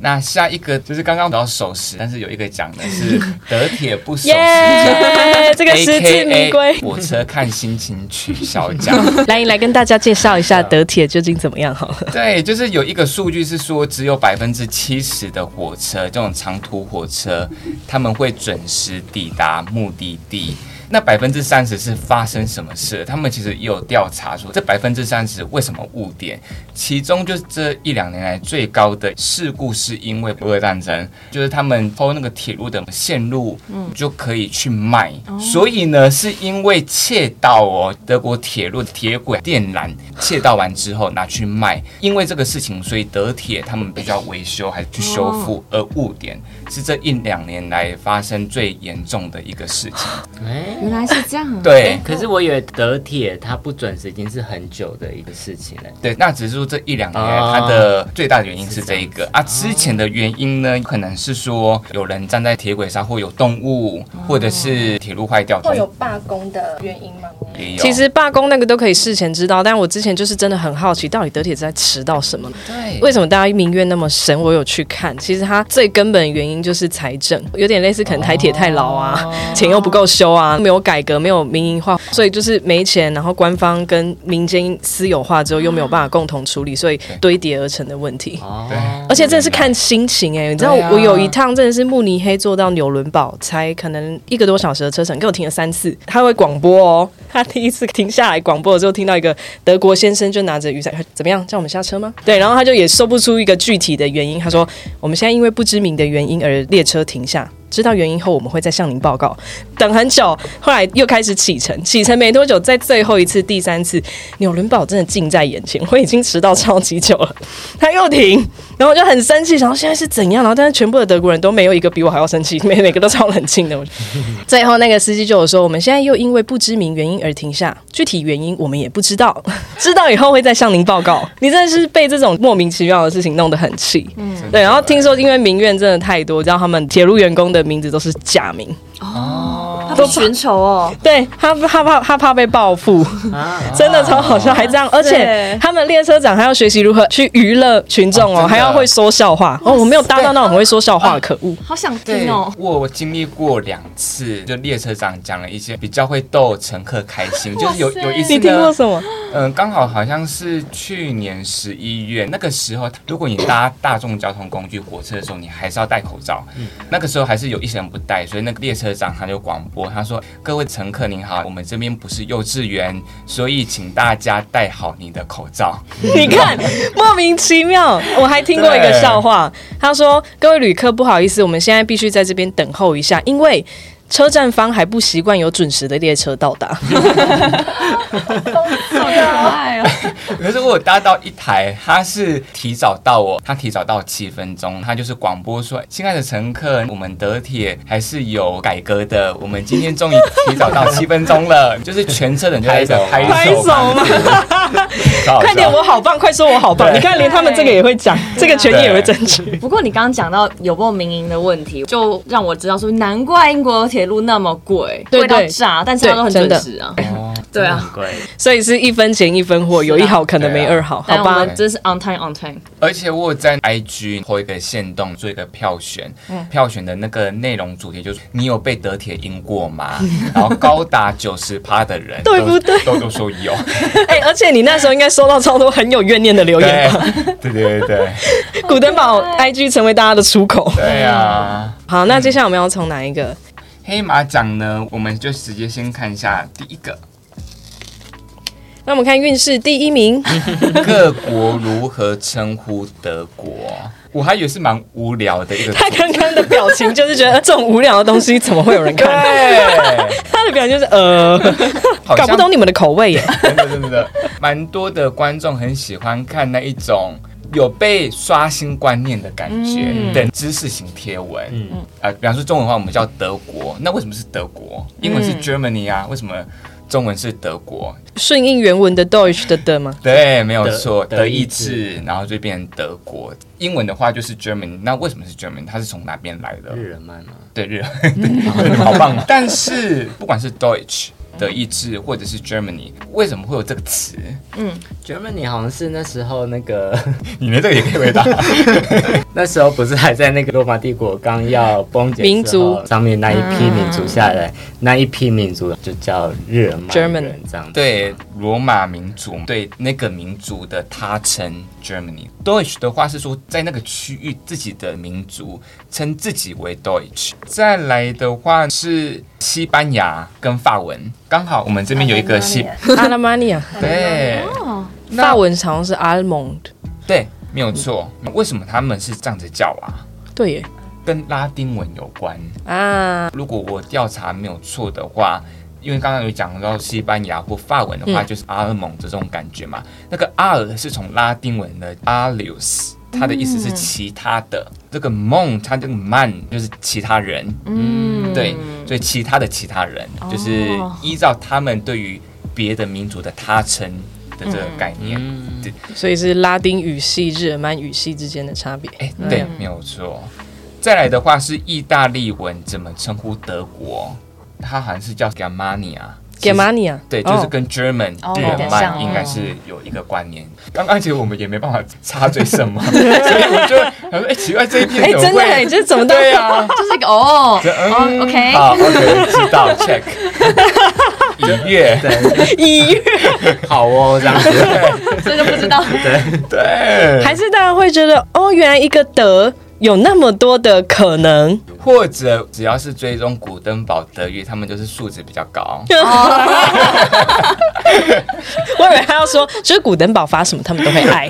那下一个就是刚刚讲到守时，但是有一个讲的 是德铁不守时耶、奖，这个实至名 AKA 归。火车看心情取消 奖。来，你来跟大家介绍一下德铁究竟怎么样好了。对，就是有一个数据是说，只有百分之七十的火车，这种长途火车，他们会准时抵达目的地。那百分之三十是发生什么事？他们其实也有调查说，这百分之三十为什么误点？其中就是这一两年来最高的事故，是因为俄乌战争，就是他们偷那个铁路的线路，就可以去卖。所以呢，是因为窃盗哦，德国铁路铁轨电缆窃盗完之后拿去卖，因为这个事情，所以德铁他们必须要维修还是去修复，而误点是这一两年来发生最严重的一个事情。哎原来是这样啊。对。可是我以为德铁它不准时已经是很久的一个事情了。对，那只是说这一两年哦它的最大的原啊因是这一个啊，之前的原因呢，可能是说有人站在铁轨上，或有动物，或者是铁路坏掉，会有罢工的原因吗？也有。其实罢工那个都可以事前知道，但我之前就是真的很好奇，到底德铁在迟到什么？对为什么大家民怨那么深？我有去看，其实它最根本原因就是财政，有点类似可能台铁太老啊，哦钱又不够修啊，没有改革，没有民营化，所以就是没钱，然后官方跟民间私有化之后又没有啊办法共同处理，所以堆叠而成的问题。哦对而且真的是看心情哎、你知道对啊我有一趟真的是慕尼黑坐到纽伦堡，才可能一个多小时的车程，给我停了三次。他会广播哦， 他第一次停下来广播的时候，听到一个德国先生就拿着雨伞，他怎么样叫我们下车吗？对，然后他就也说不出一个具体的原因，他说我们现在因为不知名的原因而列车停下。知道原因后，我们会再向您报告。等很久，后来又开始启程，启程没多久，在最后一次、第三次，纽伦堡真的近在眼前，我已经迟到超级久了，他又停，然后我就很生气，然后现在是怎样？然后但是全部的德国人都没有一个比我还要生气，每每个都超冷静的。我就最后那个司机就有说，我们现在又因为不知名原因而停下，具体原因我们也不知道， 知道以后会再向您报告。你真的是被这种莫名其妙的事情弄得很气。真的对，然后听说因为民怨真的太多，知道他们铁路员工的名字都是假名，他们寻仇哦，对他他怕他怕被报复，啊真的超好笑，还这样，而且他们列车长还要学习如何去娱乐群众哦真哦，的还要会说笑话哦，我没有搭到那种很会说笑话，可恶。好想对听哦，。我经历过两次，就列车长讲了一些比较会逗乘客开心，就是有有一次 你听过呢，什么？嗯，刚好好像是去年十一月那个时候，如果你搭大众交通工具火车的时候，你还是要戴口罩。那个时候还是有一些人不戴，所以那个列车长他就广播，他说：“各位乘客您好，我们这边不是幼稚园，所以请大家戴好你的口罩。你看， 莫名其妙。我还听过一个笑话，他说：“各位旅客，不好意思，我们现在必须在这边等候一下，因为。”车站方还不习惯有准时的列车到达，哦可是我有搭到一台，他是提早到哦，他提早到七分钟，他就是广播说：“亲爱的乘客，我们德铁还是有改革的，我们今天终于提早到七分钟了。”就是全车人就在这拍拍拍手，手嘛！超好笑快点，我好棒，快说我好棒！对你看，连他们这个也会讲，这个权益也会争取。不过你刚刚讲到有没有民营的问题，就让我知道说，难怪英国的铁路那么贵，对贵到对炸，但是它都很对准真的时啊。对啊很贵。所以是一分钱一分货，有一好可能没二好，但好我吧们？真是 on time on time。而且我有在 IG 投一个限动，做一个票选，票选的那个内容主题就是你有被德铁赢过吗？ 然后高达九十趴的人对都不对都都说有， 哎，而且你那时候应该收到超多很有怨念的留言对吧？对对对对 古登堡 IG 成为大家的出口。对啊！好，那接下来我们要从哪一个？黑马奖呢，我们就直接先看一下第一个，那我们看运势第一名， 嗯各国如何称呼德国？我还以为是蛮无聊的一个主 他题。刚刚的表情就是觉得呃这种无聊的东西怎么会有人看？对，他的表情就是呃，好 搞像不懂你们的口味耶。真的真的，蛮多的观众很喜欢看那一种有被刷新观念的感觉，嗯对知识型贴文。嗯嗯啊、比方说中文的话，我们叫德国，那为什么是德国？英文是嗯 Germany 啊，为什么中文是德国？顺应原文的 Deutsch 的的吗？对，没有错，德德意德意志，然后就变成德国。英文的话就是 Germany，那为什么是 Germany？它是从哪边来的？ 日耳曼吗？啊啊对日，对好棒！但是不管是 Deutsch 德意志或者是 Germany，为什么会有这个词？ Germany 好像是那时候那个， 你连这个也可以回答。那时候不是还在那个罗马帝国刚要崩解民之后族上面那一批民族下来，嗯那一批民族就叫日耳曼 German 人这样子。对罗马民族对那个民族的他称 Germany。Deutsch 的话是说在那个区域自己的民族称自己为 Deutsch。再来的话是西班牙跟法文，刚好我们这边有一个西 阿拉玛尼亚，对那法文好像是 almond，对，没有错。为什么他们是这样子叫啊？对耶跟拉丁文有关。啊，如果我调查没有错的话，因为刚刚有讲到西班牙或法文的话，嗯就是阿尔蒙这种感觉嘛。那个阿尔是从拉丁文的 alius，它的意思是其他的。这个梦，它这个 man 就是其他人，嗯，对，所以其他的其他人、哦就是依照他们对于别的民族的他称的这个概念。嗯嗯对，所以是拉丁语系、日耳曼语系之间的差别。哎、对，没有错。再来的话是意大利文怎么称呼德国，它好像是叫 Germania。 Germania，对，就是哦跟 German 哦日耳有点像曼应嗯该是有一个关联。刚刚其实我们也没办法插嘴 什么，所以我就想说，哎、奇怪，这一哎片怎么真的哎，会？这怎么都对啊，就是一个哦这嗯哦，OK，好，OK，知道，check。一月，一月，好哦，这样子。这就不知 道。对，还是大家会觉得哦，原来一个德有那么多的可能。 或者只要是追踪古登堡德语，他们就是素质比较高。我以为他要说，就是古登堡发什么他们都会 爱。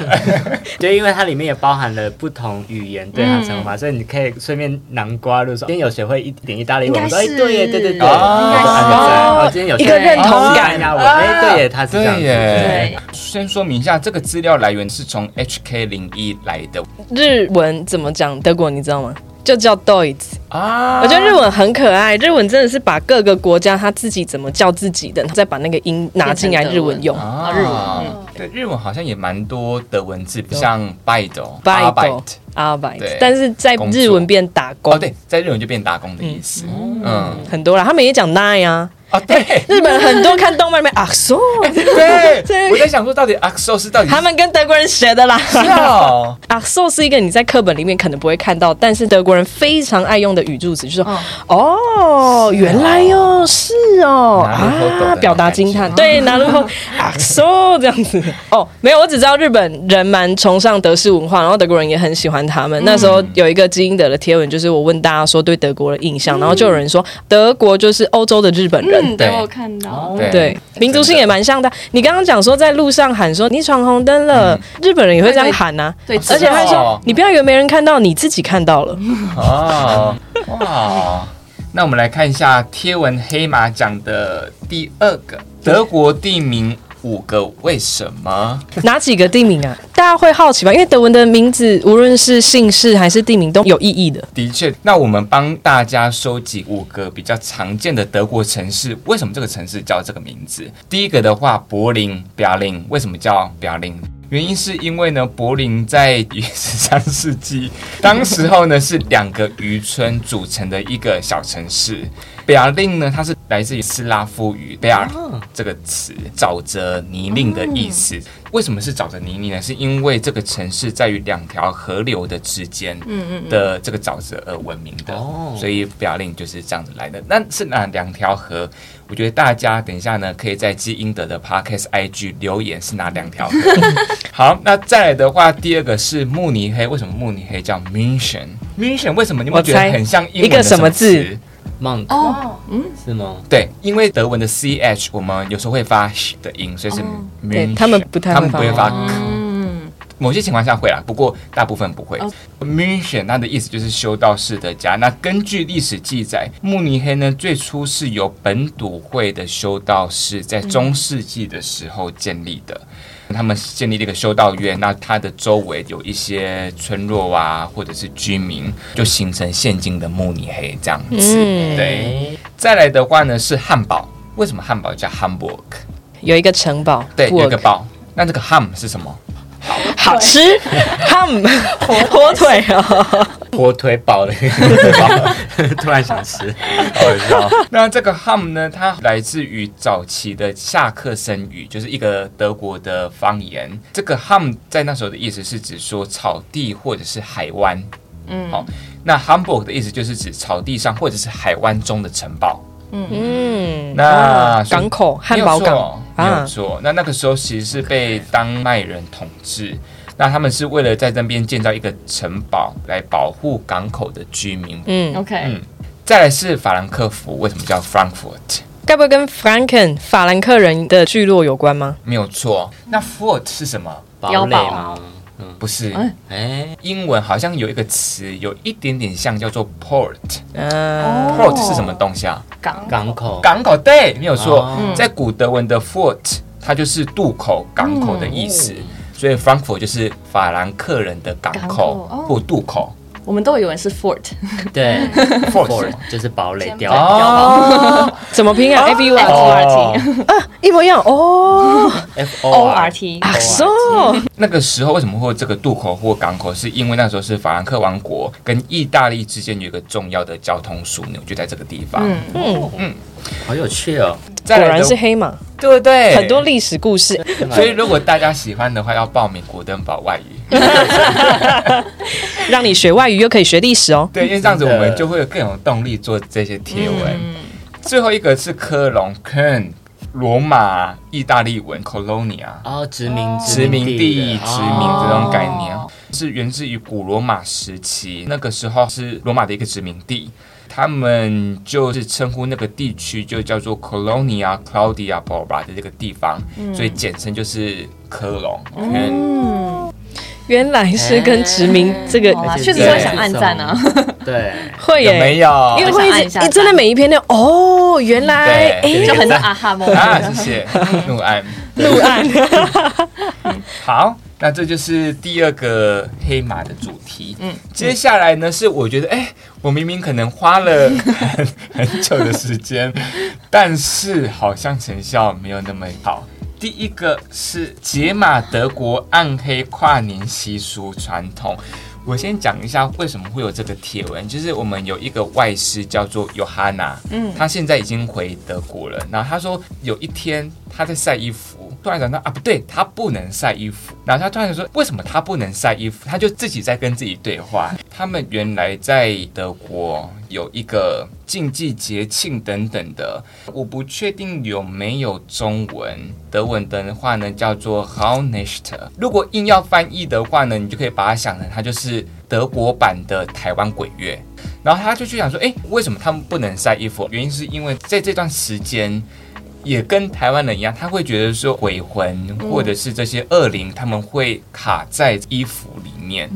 就因为它里面也包含了不同语言对它的称法，所以你可以顺便南瓜路说，今天有学会一点意大利文，我说哎，应该是对耶，对对对，哦我就按个赞哦哦，今天有学一个认同感西班牙文，哎，对耶，它是这样对子，耶，先说明一下，这个资料来源是从 HK 零一来的日文怎么讲？德国你知道吗？就叫 Deutsch。啊我觉得日文很可爱，日文真的是把各个国家他自己怎么叫自己的，然后再把那个音拿进来日文用。啊，日文，对，日文好像也蛮多的文字，像 byte 哦 Byte Arbeit 阿百对，但是在工作日文变打工，哦，对，在日文就变打工的意思，嗯，很多啦。他们也讲 nine 啊，啊，对日本很多看动漫里面啊，so， 对，我在想说到底 axo 是到底他们跟德国人学的啦。是哦，啊，so 是一个你在课本里面可能不会看到，但是德国人非常爱用的语助词，就是嗯说哦，原来哟，是哦，哪里有懂的啊那，种表达惊叹，对，拿然后 啊，so 这样子。哦，没有，我只知道日本人蛮崇尚德式文化，然后德国人也很喜欢他嗯们。那时候有一个基因德的贴文，就是我问大家说对德国的印象，然后就有人说德国就是欧洲的日本人。嗯，对对我有看到，对，民族性也蛮像的。你刚刚讲说在路上喊说你闯红灯了，嗯日本人也会这样喊啊呐、对而且他是说哦你不要以为没人看到，你自己看到了。 哦，哇，那我们来看一下贴文黑马奖的第二个德国地名五个为什么？哪几个地名啊？大家会好奇吧？因为德文的名字，无论是姓氏还是地名，都有意义的。的确，那我们帮大家收集五个比较常见的德国城市，为什么这个城市叫这个名字？第一个的话，柏林 （Berlin） 为什么叫 Berlin？原因是因为呢，柏林在十三世纪，当时候呢是两个渔村组成的一个小城市。Berlin 呢，它是来自于斯拉夫语 “ber” 这个词，沼泽泥泞的意思。为什么是沼泽泥泞呢？是因为这个城市在于两条河流的之间的这个沼泽而闻名的，哦所以表令就是这样子来的。那是哪两条河？我觉得大家等一下呢，可以在基因德的 Podcast IG 留言是哪两条河。好，那再来的话，第二个是慕尼黑。为什么慕尼黑叫 München？München 为什么你我们觉得猜很像英文一个的什么字词？ ，monk 哦，是吗？对，因为德文的 C H 我们有时候会发 sh 的音，所以是 München、哦对他们不太会他们不会发发 k，某嗯些情况下会啦，不过大部分不会。München 哦它的意思就是修道士的家。那根据历史记载，慕尼黑呢最初是由本笃会的修道士在中世纪的时候建立的。他们建立了一个修道院，那它的周围有一些村落啊，或者是居民，就形成现今的慕尼黑这样子。嗯对，再来的话呢是汉堡，为什么汉堡叫 Hamburg？有一个城堡，对，布尔有一个堡。那这个 ham 是什么？ 好吃，ham 火腿 哦，火腿堡的，突然想吃。好笑。那这个 ham 呢，它来自于早期的下课生语，就是一个德国的方言。这个 ham 在那时候的意思是指说草地或者是海湾。嗯，好、那 Hamburg 的意思就是指草地上或者是海湾中的城堡。嗯，那啊港口汉堡港没有错没有啊，错。那那个时候其实是被当麦人统治，那他们是为了在那边建造一个城堡来保护港口的居民。嗯， OK，再来是法兰克福，为什么叫 Frankfurt？该不会跟 Franken 法兰克人的聚落有关吗？没有错。那 fort 是什么？堡腰垒堡吗？不是，哎，英文好像有一个词有一点点像，叫做 port。嗯， port 是什么东西啊？港港口。港口，对，没有错。哦在古德文的 fort，它就是渡口、港口的意思。嗯所以 Frankfurt 就是法兰克人的港港口口哦或渡口我们都以为是 Fort，对，fort 就是堡垒碉堡。哦， 怎么拼啊？A B Y O R T，一模一样哦。 F O O R R T，T。啊， O R T so 那个时候为什么会有这个渡口或港口？是因为那时候是法兰克王国跟意大利之间有一个重要的交通枢纽，就在这个地方。嗯，嗯，好有趣哦。再果来然的哎是黑马，对不对？很多历史故事。所以如果大家喜欢的话，要报名古登堡外语。让你学外语又可以学历史哦。对，因为这样子我真的们就会有更有动力做这些贴文。嗯最后一个是科隆 c o l n 罗马意大利文 Colonia。哦，殖民殖民地、哦的哦殖民这种概念，是源自于古罗马时期，那个时候是罗马的一个殖民地，他们就是称呼那个地区就叫做 Colonia Claudia b o r a 的这个地方，所以简称就是科隆。嗯，原来是跟殖民这个好而啦，且确实是会想按赞啊。对，会有耶，没有？因为我想会按一一直下诶真的每一篇都哦，原来对哎就很多啊哈 moment 啊，谢谢怒暗。路案好，那这就是第二个黑马的主题。嗯，接下来呢是我觉得，哎、我明明可能花 了很很久的时间，但是好像成效没有那么好。第一个是解码德国暗黑跨年习俗传统。我先讲一下为什么会有这个贴文，就是我们有一个外师叫做 Johanna，嗯，他现在已经回德国了。然后他说有一天他在晒衣服，突然想到啊不对，他不能晒衣服。然后他突然说为什么他不能晒衣服？他就自己在跟自己对话。他们原来在德国有一个禁忌节庆等等的，我不确定有没有中文，德文的话呢叫做 h a u n i s t 如果硬要翻译的话呢，你就可以把它想成它就是德国版的台湾鬼月。然后他就去想说，诶，为什么他们不能晒衣服？原因是因为在这段时间。也跟台湾人一样，他会觉得说鬼魂或者是这些恶灵，他们会卡在衣服里面，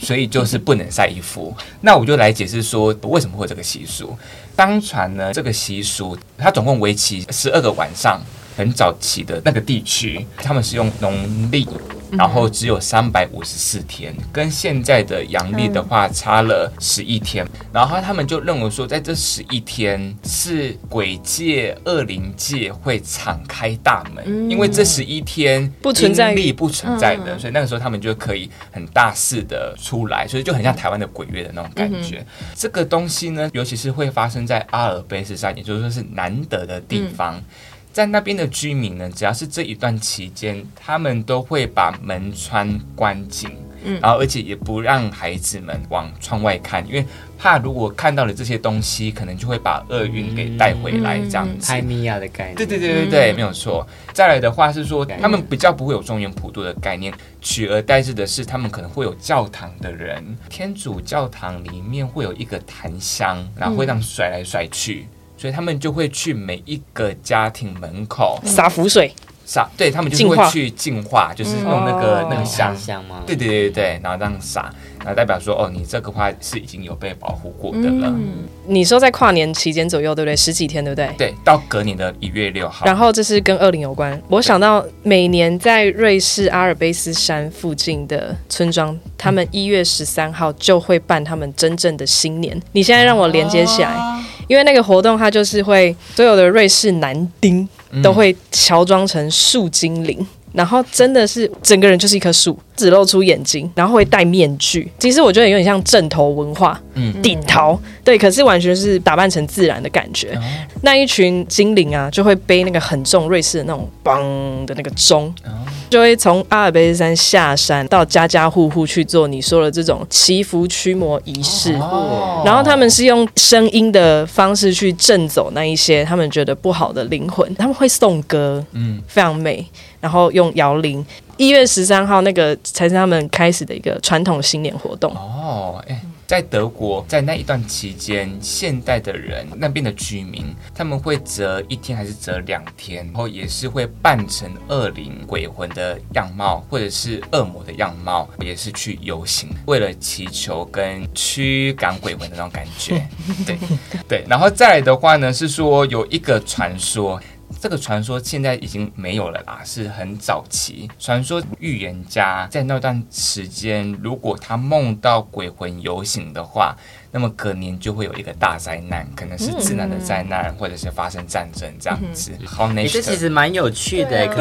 所以就是不能晒衣服。那我就来解释说为什么会有这个习俗。当传呢，这个习俗它总共为期十二个晚上，很早期的那个地区，他们是用农历，然嗯后只有三百五十四天，跟现在的阳历的嗯话差了十一天。然后他们就认为说，在这十一天是鬼界、恶灵界会敞开大门，因为这十一天嗯不存在阴历不存在的，所以那个时候他们就可以很大肆的出来，所以就很像台湾的鬼月的那种感觉。这个东西呢，尤其是会发生在阿尔卑斯山，也就是说是南德的地方。在那边的居民呢，只要是这一段期间，他们都会把门窗关紧，然后而且也不让孩子们往窗外看，因为怕如果看到了这些东西，可能就会把厄运给带回来这样子。拍米亚的概念。对对对对嗯对，没有错。再来的话是说，他们比较不会有中原普渡的概念，取而代之的是，他们可能会有教堂的人，天主教堂里面会有一个檀香，然后会让甩来甩去。嗯所以他们就会去每一个家庭门口洒浮水，撒，对他们就嗯是净化哦会去净化，就是用那个、那个香香香吗？对对对对，然后这样撒，然后代表说哦，你这个花是已经有被保护过嗯的了。嗯你说在跨年期间左右，对不对？十几天，对不对？对，到隔年的一月六号，然后这是跟二零有关。我想到每年在瑞士阿尔卑斯山附近的村庄，他们一月十三号就会办他们真正的新年。你现在让我连接起来，因为那个活动它就是会所有的瑞士男嗯丁都会乔装成树精灵。然后真的是整个人就是一棵树，只露出眼睛，然后会戴面具。其实我觉得有点像正头文化，嗯顶头对，可是完全是打扮成自然的感嗯觉。那一群精灵啊，就会背那个很重瑞士的那种梆的那个钟，哦就会从阿尔卑斯山下山到家家户户去做你说的这种祈福驱魔仪式。哦然后他们是用声音的方式去震走那一些他们觉得不好的灵魂，他们会送歌，嗯，非常美。然后用摇铃，一月十三号那个才是他们开始的一个传统新年活动。哦，哎、在德国，在那一段期间，现代的人那边的居民，他们会择一天还是择两天，然后也是会扮成恶灵、鬼魂的样貌，或者是恶魔的样貌，也是去游行，为了祈求跟驱赶鬼魂的那种感觉。对对，然后再来的话呢，是说有一个传说，这个传说现在已经没有了啦，是很早期传说。预言家在那段时间，如果他梦到鬼魂游行的话，那么隔年就会有一个大灾难，可能是自然的灾难，或者是发生战争这样子。好，那你这嗯其实蛮有趣的、对啊可是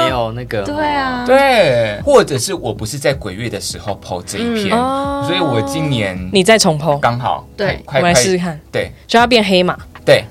他没有那个。对啊，对，或者是我不是在鬼月的时候剖这一篇，哦所以我今年你再重剖，刚好对快我们快来试试看，对就要变 黑马。对，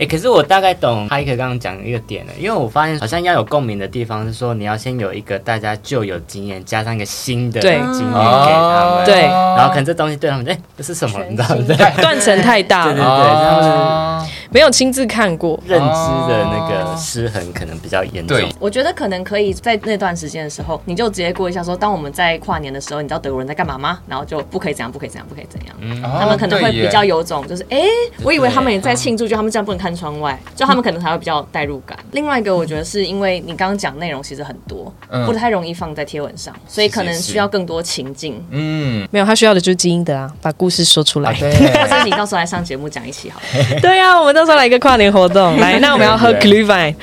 哎、可是我大概懂哈伊克刚刚讲的一个点了，因为我发现好像要有共鸣的地方是说，你要先有一个大家旧有经验，加上一个新的对经验给他们，对然后可能这东西对他们，哎、这是什么？你知道吗？对对断层太大啊对，了，他们哦没有亲自看过。认知的那个失衡可能比较严重对。我觉得可能可以在那段时间的时候，你就直接过一下说，当我们在跨年的时候，你知道德国人在干嘛吗？然后就不可以怎样，不可以怎样，不可以怎样。嗯哦他哦们可能会比较有种，就是哎、诶我以为他们也在庆祝，就他们这样不能看窗外，就他们可能才会比较有代入感。 另外一个，我觉得是因为你刚刚讲内容其实很多，嗯不太容易放在贴文上，所以可能是是需要更多情境。嗯，哎没有，他需要的就是基因的啊，把故事说出 来。或者对，是你到时候来上节目讲一 期好了。对啊，我们到时候来一个跨年活动。来，那我们要喝 g l u h w i n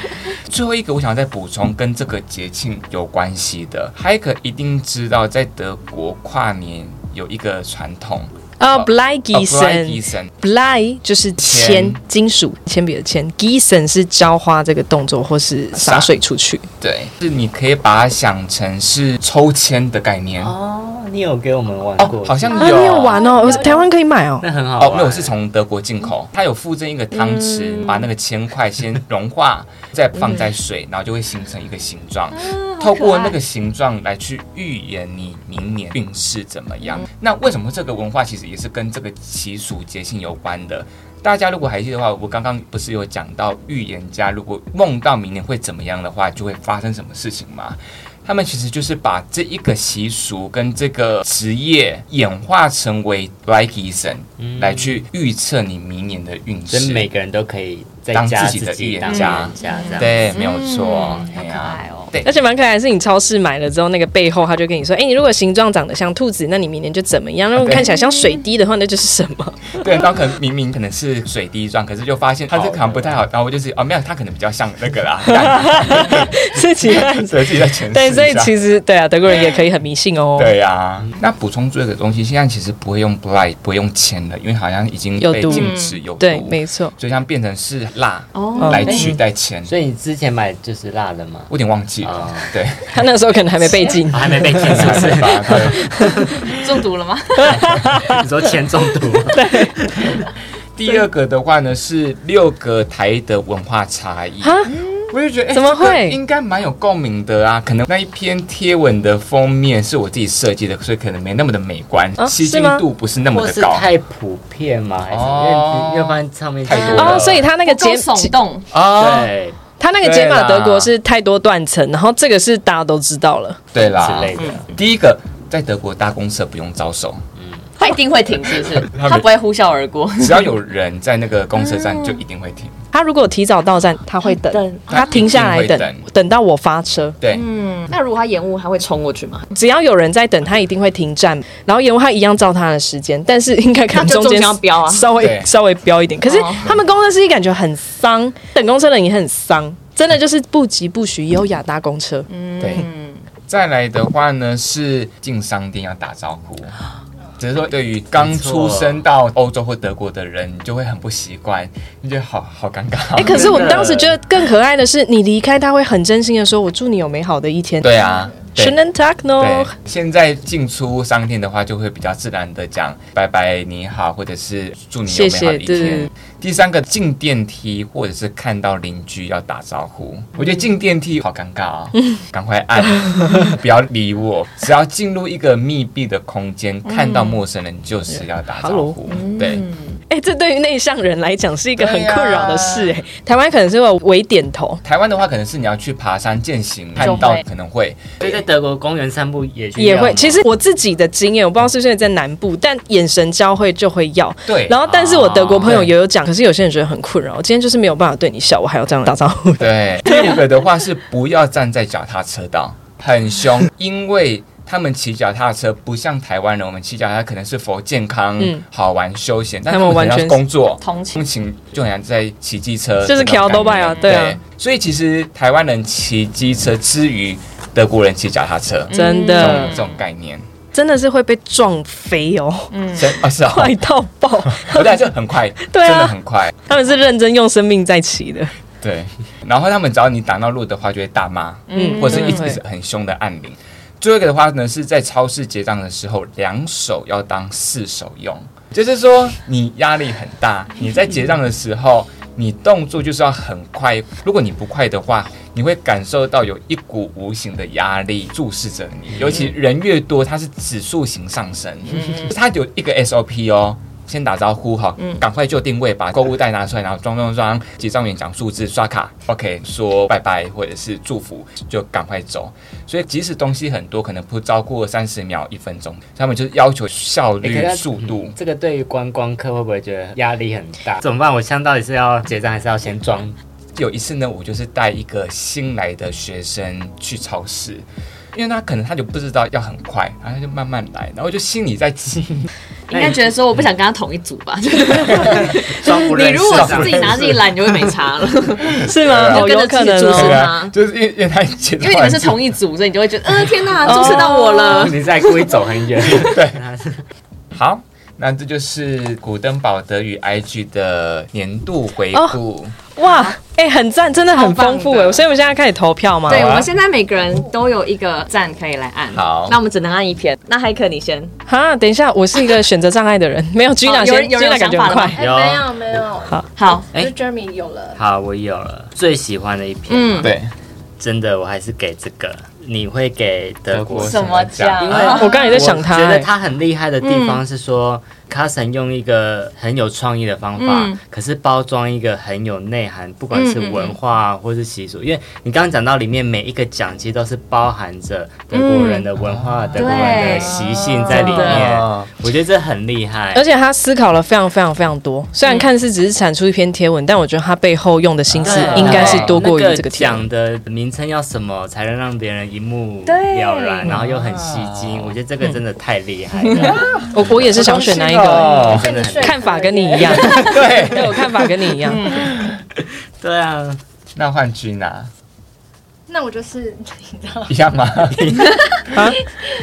最后一个我想再补充跟这个节庆有关系的，还可一定知道在德国跨年有一个传统，哦哦 b l i g i s o n 医生， Bly 就是铅铅，金属铅笔的铅，Gison 是浇花这个动作或是洒洒水出去。对，是你可以把它想成是抽签的概念哦，哦，你有给我们玩过？好像啊，有你有玩哦？台湾可以买哦。那很好玩。哦，嗯没有，是从德国进口，它有附赠一个汤匙，把那个铅块先融化，再放在嗯水，然后就会形成一个形状。啊透过那个形状来去预言你明年运势怎么样。嗯那为什么这个文化其实也是跟这个习俗节庆有关的？大家如果还记得的话，我刚刚不是有讲到预言家如果梦到明年会怎么样的话，就会发生什么事情吗？他们其实就是把这一个习俗跟这个职业演化成为 like 医生、来去预测你明年的运所以势。每个人都可以再当加自己的预言当家预言家这样。对，没有错，好哎可呀爱哦对而，且蛮可爱的是，你超市买了之后，那个背后他就跟你说：“哎、你如果形状长得像兔子，那你明年就怎么样？如果看起来像水滴的话，那就是什 么？对，然后可能明明可能是水滴状，可是就发现它这可能不太好，然后我就是哦，没有，它可能比较像那 个啦，自己 看。所以自己在诠”释对，一所以下其实对啊，德国人也可以很迷信哦。对呀、啊那补充这个东西，现在其实不会用 blight，不会用铅了，因为好像已经有被毒嗯禁止有毒，对，没错。所以像变成是蜡哦来取代铅，所以你之前买就是辣的吗？我有点忘记了哦，对，他那时候可能还没被 禁。啊还没被签 是不 是？对中毒了吗？你说铅中毒？ 第二个的话呢是六个台的文化差异，哈，我就觉得、哎怎么会这个应该蛮有共鸣的啊！可能那一篇贴文的封面是我自己设计的，所以可能没那么的美观，啊吸睛是吗度不是那么或的是高。太普遍吗？还是哦因为要不然上面太多了哦，所以他那 那个解耸 动，哦，对他那个解码对啦德国是太多断层，然后这个是大家都知道了。对啦之，类的。第一个在德国搭公社不用招手，他一定会停，是不 是？他他不会呼啸而过。 只要有人在那个公车站就一定会停。他如果提早到站，他会等，他停下来他一等，定会等到我发车。对，嗯，那如果他延误，他会冲过去吗？只要有人在等，他一定会停站，然后延误他一样照他的时间，但是应该可能那就中间中间要标啊稍微对稍微标一点。可是哦他们公车司机感觉很丧，等公车的人也很丧，真的就是不急不徐，优雅搭公车。对，再来的话呢是进商店要打招 呼，只是说对于刚出生到欧洲或德国的人，你就会很不习惯，你觉得好好尴尬。哎、可是我真的当时觉得更可爱的是，你离开他会很真心的说：“我祝你有美好的一天。”对啊，对 s h u n e n t a k no 对。，现在进出商店的话，就会比较自然的讲拜拜、你好，或者是祝你有美好的一天。谢谢对第三个进电梯或者是看到邻居要打招呼，我觉得进电梯好尴尬啊、 赶快按， 不要理我。只要进入一个密闭的空间，看到陌生人嗯就是要打招呼，对，哎、这对于内向人来讲是一个很对呀困扰的事、哎、台湾可能是会有微点头，台湾的话，可能是你要去爬山践行，看就会到可能会所以在德国公园散步也需要也吗会。其实我自己的经验，我不知道是不是在南部，但眼神交汇就会要。对，然后，但是我德国朋友啊对也有讲，可是有些人觉得很困扰。我今天就是没有办法对你笑，我还要这样打招呼。嗯对，第五个的话是不要站在脚踏车道，很凶，因为。他们骑脚踏车不像台湾人，我们骑脚踏车可能是否健康、嗯好玩、休闲，但他他们们可完能要全工作、嗯 同情通勤，就很像在骑机车，就是桥 Kyoto 吧对啊所以其实台湾人骑机车之余，德国人骑脚踏车，真这的种，这种概念，真的是会被撞飞哦，嗯真啊是啊， 快到爆！不但是很快，对啊真的很快，他们是认真用生命在骑的。对，然后他们只要你挡到路的话，就会大骂，嗯嗯，或者是一真的直很凶的按铃。最后一个的话呢，是在超市结账的时候，两手要当四手用，就是说你压力很大，你在结账的时候，你动作就是要很快，如果你不快的话，你会感受到有一股无形的压力注视着嗯你，尤其人越多，它是指数型上升，嗯它有一个 SOP 哦。先打招呼哈，赶快就定位，把购物袋拿出来，然后装装装，结账员讲数字，刷卡，OK，说拜拜或者是祝福，就赶快走。所以即使东西很多，可能不超过三十秒、一分钟，他们就是要求效欸率可、是速度。这个对于观光客会不会觉得压力很大？怎么办？我现在到底是要结账还是要先装？有一次呢，我就是带一个新来的学生去超市，因为他可能他就不知道要很快，然后他就慢慢来，然后就心里在急。应该觉得说我不想跟他同一组吧。 装哎不你认识如果是啊自己拿自己来，你就会没差 了，是吗？哦，就啊有跟着自可己能注视哦。他。就是 因为因为他因因为你们是同一组，所以你就会觉得，呃，天哦哪，注视到我了。 你在故意走很远。 好，那这就是古登堡德语 IG 的年度回顾。哇，哎、很赞，真的很丰富超棒哎。的所以我们现在开始投票吗？对，好啊我们现在每个人都有一个赞可以来按。好那我们只能按一篇。那海可你先，哈，等一下，我是一个选择障碍的人，没有 Gina 哦有先人有人，Gina 感有想觉法很了吗快。哎，有没有没有，好，就哎是 Jeremy 有了，好，我有了最喜欢的一篇。嗯，对，真的，我还是给这个。你会给德德国国什什么么奖？因因为为啊我刚才也在想他、我觉得哎他很厉害的地方是说，卡森用一个很有创意的方法，嗯可是包装一个很有内涵，不管是文嗯化或是习俗。因为你刚刚讲到里面每一个奖其实都是包含着德国人的文嗯化、德国人的习性在里面，我觉得这很厉害而。且他思考了非常非常非常多，虽然看似只是产出一篇贴文，但我觉得他背后用的心思对应该是多过于那这个贴文。奖的名称要什么才能让别人一目了然，然后又很吸睛，我觉得这个真的太厉害 了，我我也是想选那一个，哦真的很厉害 看法跟你一样，啊对，对我看法跟你一样。对啊，那换君啊，那 我就是你知道吗一样吗？嗯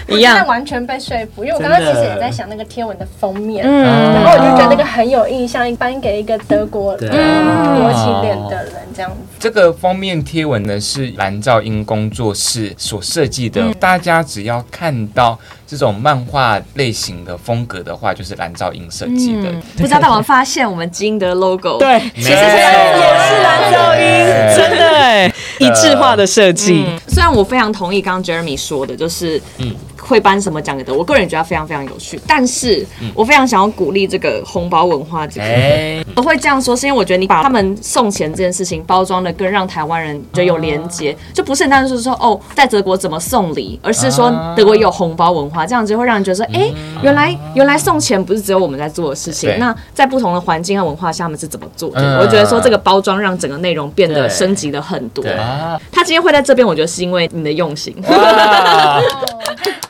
我一样真的完全被说服，因为我刚刚其实也在想那个贴文的封面，嗯嗯然后我就觉得那个很有印象，颁给一个德国对人嗯啊国旗脸的人这样子。这个封面贴文呢是蓝噪音工作室所设计的，嗯大家只要看到这种漫画类型的风格的话，就是蓝噪音设计的。嗯不知道大王发现我们基因的 logo，，对，其实也是蓝噪音，真的 哎，一致化的设计。嗯虽然我非常同意刚刚 Jeremy 说的，就是嗯，会颁什么奖给的，我个人也觉得它非常非常有趣，但是嗯我非常想要鼓励这个红包文化这个。哎，我会这样说，是因为我觉得你把他们送钱这件事情包装的更让台湾人觉得有连接，就不是单单是说哦，在德国怎么送礼，而是说德国有红包文化，这样子会让人觉得说，哎、原来原来送钱不是只有我们在做的事情对，那在不同的环境和文化下，他们是怎么做嗯的？我觉得说这个包装让整个内容变得对升级了很多。嗯对 啊，他今天会在这边，我觉得是因为你的用心。哇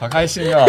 好开心 哦！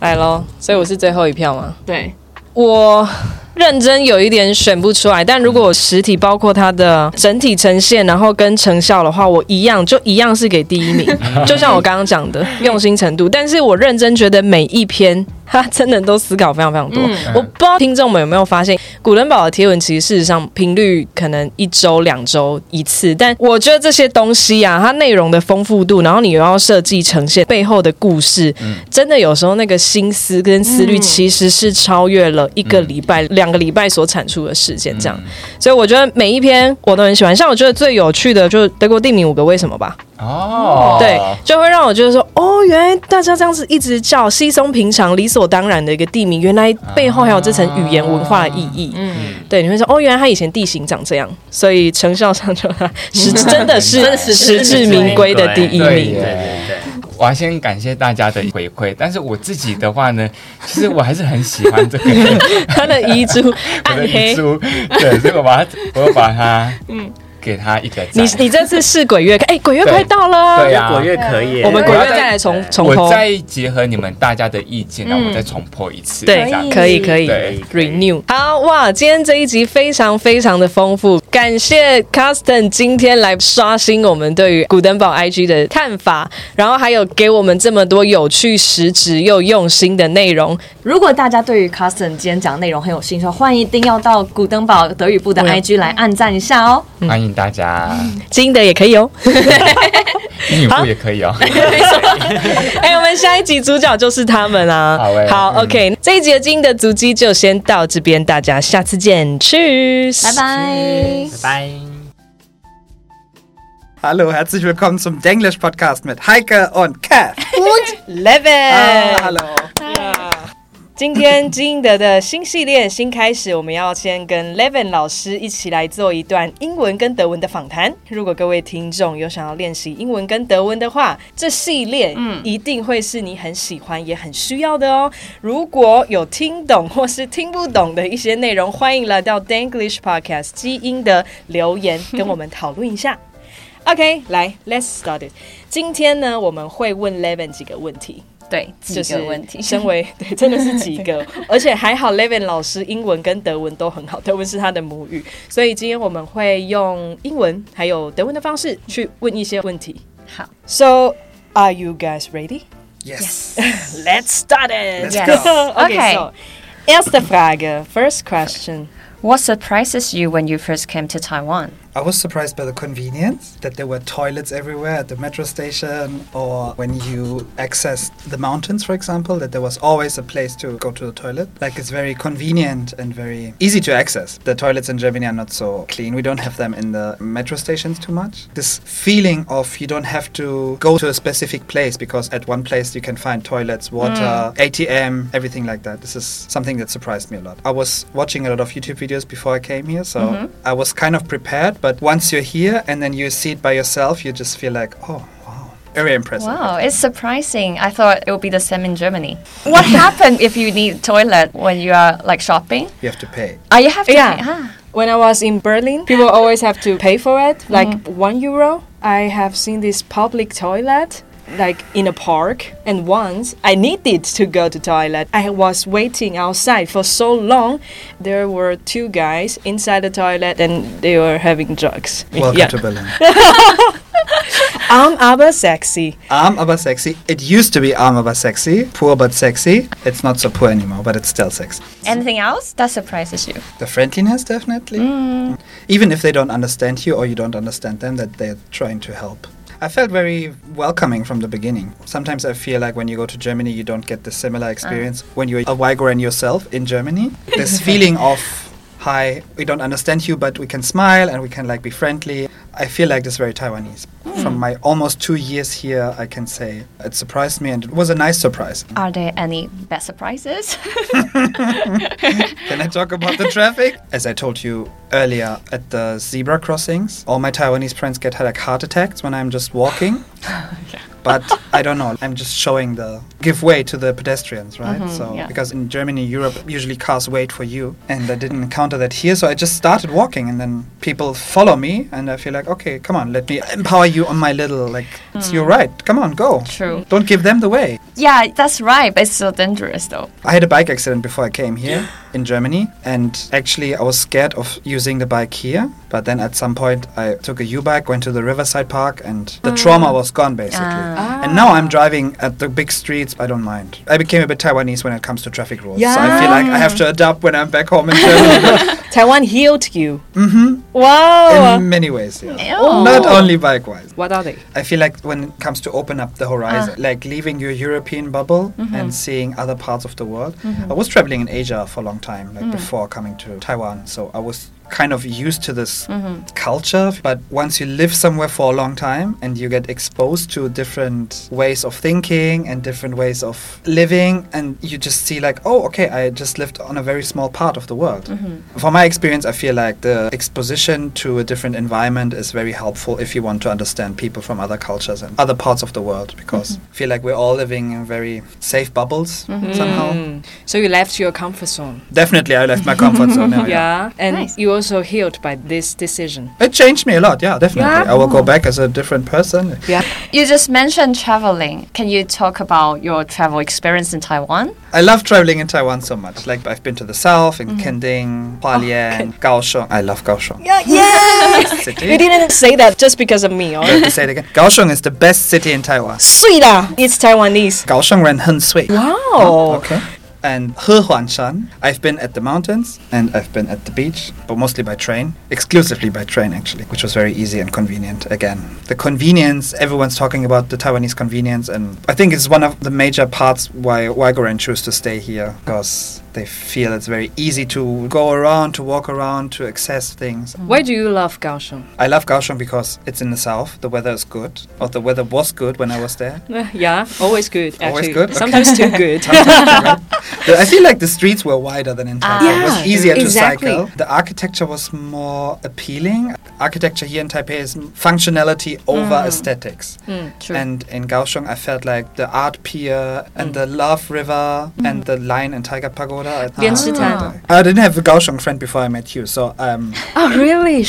来喽，所以我是最后一票吗？对，我认真有一点选不出来，但如果我实体包括它的整体呈现，然后跟成效的话，我一样就一样是给第一名，就像我刚刚讲的用心程度。但是我认真觉得每一篇他真的都思考非常非常多。我不知道听众们有没有发现，古人堡的贴文其实事实上频率可能一周、两周一次，但我觉得这些东西啊，它内容的丰富度，然后你又要设计呈现背后的故事，真的有时候那个心思跟思虑其实是超越了一个礼拜、两个礼拜所产出的事件这样。所以我觉得每一篇我都很喜欢，像我觉得最有趣的就是德国地名五个为什么吧。哦，对，就会让我觉得说，哦，原来大家这样子一直叫稀松平常、理所当然的一个地名，原来背后还有这层语言文化的意义。嗯，对，你会说，哦，原来它以前地形长这样，所以成效上就它实真的是实至名归的第一对名。耶我要先感谢大家的回馈，但是我自己的话呢，其实我还是很喜欢 这个它的遗珠我暗的遗黑，珠，对，所以我把它，我又把它， 嗯，给它一个你赞。你这次是鬼月，哎，鬼月对快到了，对啊果月可以耶，我们鬼月我要再再来重重我播，再结合你们大家的意见，然后我再重播一嗯次，对这样，可以可以对 renew。好哇，今天这一集非常非常的丰富，感谢 Custon 今天来刷新我们对于古登堡 IG 的看法，然后还有给我们这么多有趣、实质又用心的内容。如果大家对于 Carson 今天讲的内容很有兴趣，欢迎一定要到古登堡德语部的 IG 来按赞一下哦。欢迎大家，金的也可以 哦。英语部也可以哦。哎、我们下一集主角就是他们啊。好欸嗯 o k 这一集的金的足迹就先到这边，大家下次见，Cheers，拜。拜。拜拜。 Hallo, herzlich willkommen zum Denglish Podcast mit Heike und Kath. Eleven， Ah, hallo. 今天金德的新系列新开始，我们要先跟 Levin 老师一起来做一段英文跟德文的访谈。如果各位听众有想要练习英文跟德文的话，这系列一定会是你很喜欢也很需要的哦。如果有听懂或是听不懂的一些内容，欢迎来到 Danglish Podcast 基因的留言跟我们讨论一下。OK，来，Let's start it。今天呢，我们会问 Levin 几个问题。对，几就是个问题。身为对，真的是 几个，而且还好，Levin 老师英文跟德文都很好，德文是他的母语，所以今天我们会用英文还有德文的方式去问一些问题。好，So are you guys ready? Yes. Let's start it. Let's Yes. go. okay. Okay. So, erste Frage, first question. What surprises you when you first came to Taiwan? I was surprised by the convenience that there were toilets everywhere at the metro station or when you access the mountains, for example, that there was always a place to go to the toilet. Like it's very convenient and very easy to access. The toilets in Germany are not so clean. We don't have them in the metro stations too much. This feeling of you don't have to go to a specific place because at one place you can find toilets, water, ATM, everything like that. This is something that surprised me a lot. I was watching a lot of YouTube videos before I came here, so I was kind of prepared, but once you're here and then you see it by yourself, you just feel like, oh, wow. Very impressive. Wow, it's surprising. I thought it would be the same in Germany. What happened if you need toilet when you are like shopping? You have to pay. Oh, you have to. Yeah. pay- ah. When I was in Berlin, people always have to pay for it, like one euro. I have seen this public toilet, like in a park, and once I needed to go to toilet. I was waiting outside for so long. There were two guys inside the toilet, and they were having drugs. Welcome yeah, to Berlin. I'm aber sexy. Arm aber sexy. It used to be arm aber sexy. Poor but sexy. It's not so poor anymore, but it's still sexy. Anything else that surprises you? The friendliness, definitely. Even if they don't understand you or you don't understand them, that they're trying to help. I felt very welcoming from the beginning. Sometimes I feel like when you go to Germany, you don't get the similar experience when you're a migrant yourself in Germany. This feeling of, hi, we don't understand you, but we can smile and we can like be friendly. I feel like this is very Taiwanese. From my almost two years here, I can say it surprised me and it was a nice surprise. Are there any bad surprises? Can I talk about the traffic? As I told you earlier, at the zebra crossings, all my Taiwanese friends get like heart attacks when I'm just walking. But I don't know. I'm just showing the give way to the pedestrians, right? so because in Germany, Europe, usually cars wait for you, and I didn't encounter that here. So I just started walking, and then people follow me, and I feel like, okay, come on, let me empower you on my little like. It's your right. Come on, go. True. Don't give them the way. yeah, that's right. But it's so dangerous though. I had a bike accident before I came here. in Germany. And actually, I was scared of using the bike here. But then at some point, I took a U bike, went to the Riverside Park, and the trauma was gone basically. And now I'm driving at the big streets. I don't mind. I became a bit Taiwanese when it comes to traffic rules. So I feel like I have to adapt when I'm back home in Germany. Taiwan healed you. hmm Wow. In many ways, yeah. Not only bike wise. what are they? I feel like when it comes to open up the horizon, like leaving your European bubble and seeing other parts of the world. I was traveling in Asia for a long time, like before coming to Taiwan, so I was kind of used to this culture. But once you live somewhere for a long time and you get exposed to different ways of thinking and different ways of living, and you just see like, oh, okay, I just lived on a very small part of the world. From my experience, I feel like the exposition to a different environment is very helpful if you want to understand people from other cultures and other parts of the world because I feel like we're all living in very safe bubbles somehow. Mm. So you left your comfort zone. Definitely, I left my comfort zone. now, Yeah. yeah. And Nice. you also healed by this decision. It changed me a lot, yeah, definitely. Yeah. I will go back as a different person. Yeah. You just mentioned traveling. Can you talk about your travel experience in Taiwan? I love traveling in Taiwan so much. Like, I've been to the south, in Kending, Hualien, Kaohsiung. I love Kaohsiung. Yeah, yes! You city. didn't say that just because of me. I Oh. have to say it again. Kaohsiung is the best city in Taiwan. It's Taiwanese. Oh. Kaohsiung ran Hen Sui. Wow. Okay. And Hehuanshan. I've been at the mountains and I've been at the beach, but mostly by train, exclusively by train actually, which was very easy and convenient again. The convenience, everyone's talking about the Taiwanese convenience, and I think it's one of the major parts why Waigoran choose to stay here because they feel it's very easy to go around, to walk around, to access things. Why do you love Kaohsiung? I love Kaohsiung because it's in the south, the weather is good, or the weather was good when I was there. Uh, yeah, always good. Actually. Always good? Okay. Sometimes too good. The- I feel like the streets were wider than in Taipei. it was Ah. Yeah, easier exactly. to cycle. The architecture was more appealing. Architecture here in Taipei is m- functionality over Mm. aesthetics. And in Kaohsiung, I felt like the art pier and the Love River and Mm. the Lion and Tiger Pagoda. I- Lianzhitan. I didn't have a Kaohsiung friend before I met you, so um, oh, really?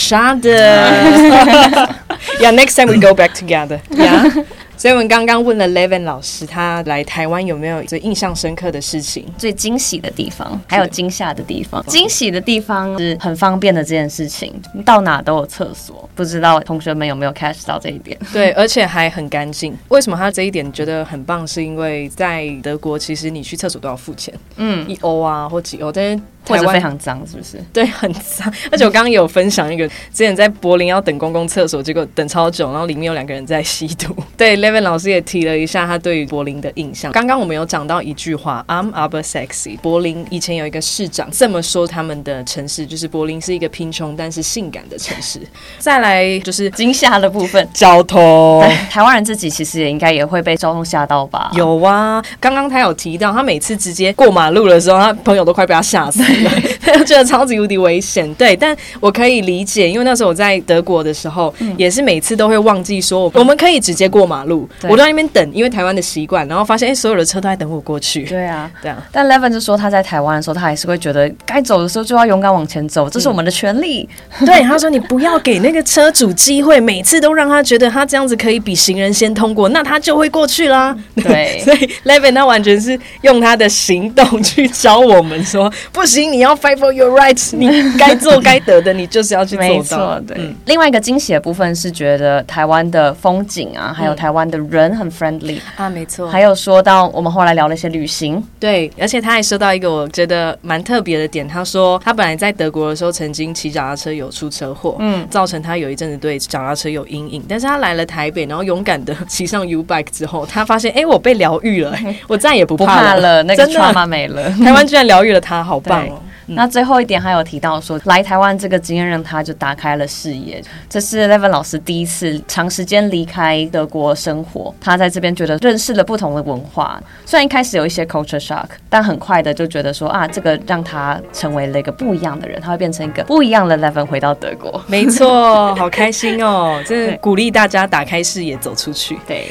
Shada. yeah, next time we go back together. Yeah. 所以我们刚刚问了 Levin 老师，他来台湾有没有最印象深刻的事情？最惊喜的地方，还有惊吓的地方。惊喜的地方是很方便的这件事情，到哪都有厕所。不知道同学们有没有 catch 到这一点？ 对，而且还很干净。为什么他这一点觉得很棒？是因为在德国，其实你去厕所都要付钱，嗯，一欧啊或几欧，但是或台者湾非常脏，是不是？对很脏。而且我刚刚有分享一个，之前在柏林要等公共厕所，结果等超久，然后里面有两个人在吸毒。对，Levin 老师也提了一下他对于柏林的印象。刚刚我们有讲到一句话，I'm aber sexy。柏林以前有一个市长这么说他们的城市，就是柏林是一个贫穷但是性感的城市。再来就是惊吓的部分。交通。台湾人自己其实也应该也会被交通吓到吧？有啊，刚刚他有提到，他每次直接过马路的时候，他朋友都快被他吓死了，他觉得超级无敌危险。对，但我可以理解，因为那时候我在德国的时候，也是每次都会忘记说，我们可以直接过马路，对我都在那边等，因为台湾的习惯，然后发现哎、所有的车都在等我过去。对啊，对啊，但 Levin 就说他在台湾的时候，他还是会觉得该走的时候就要勇敢往前走，嗯这是我们的权利。对，他说你不要给那个车主机会，每次都让他觉得他这样子可以比行人先通过，那他就会过去啦。对 所以 Levin 他完全是用他的行动去教我们说，不行，你要 fight for your rights，你该做该得的，嗯你就是要去没做错到。，对。另外一个惊喜的部分是觉得台湾的风景嗯啊，还有台湾的人很 friendly，、啊，没错还有说到我们后来聊了一些旅行，对，而且他还说到一个我觉得蛮特别的点，他说他本来在德国的时候曾经骑脚踏车有出车祸，嗯，造成他有一阵子对脚踏车有阴影。但是他来了台北，然后勇敢的骑上 U bike 之后，他发现哎、诶我被疗愈了、诶我再也不嗯不怕怕了，那个真的 trauma 没了。台湾居然疗愈了他，好棒对哦！那最后一点还有提到说，来台湾这个经验让他就打开了视野。这是 Levin 老师第一次长时间离开德国生活，他在这边觉得认识了不同的文化。虽然一开始有一些 culture shock，但很快的就觉得说啊，这个让他成为了一个不一样的人，他会变成一个不一样的 Levin 回到德国。 没错，好开心哦！真的鼓励大家打开视野，走出去。对，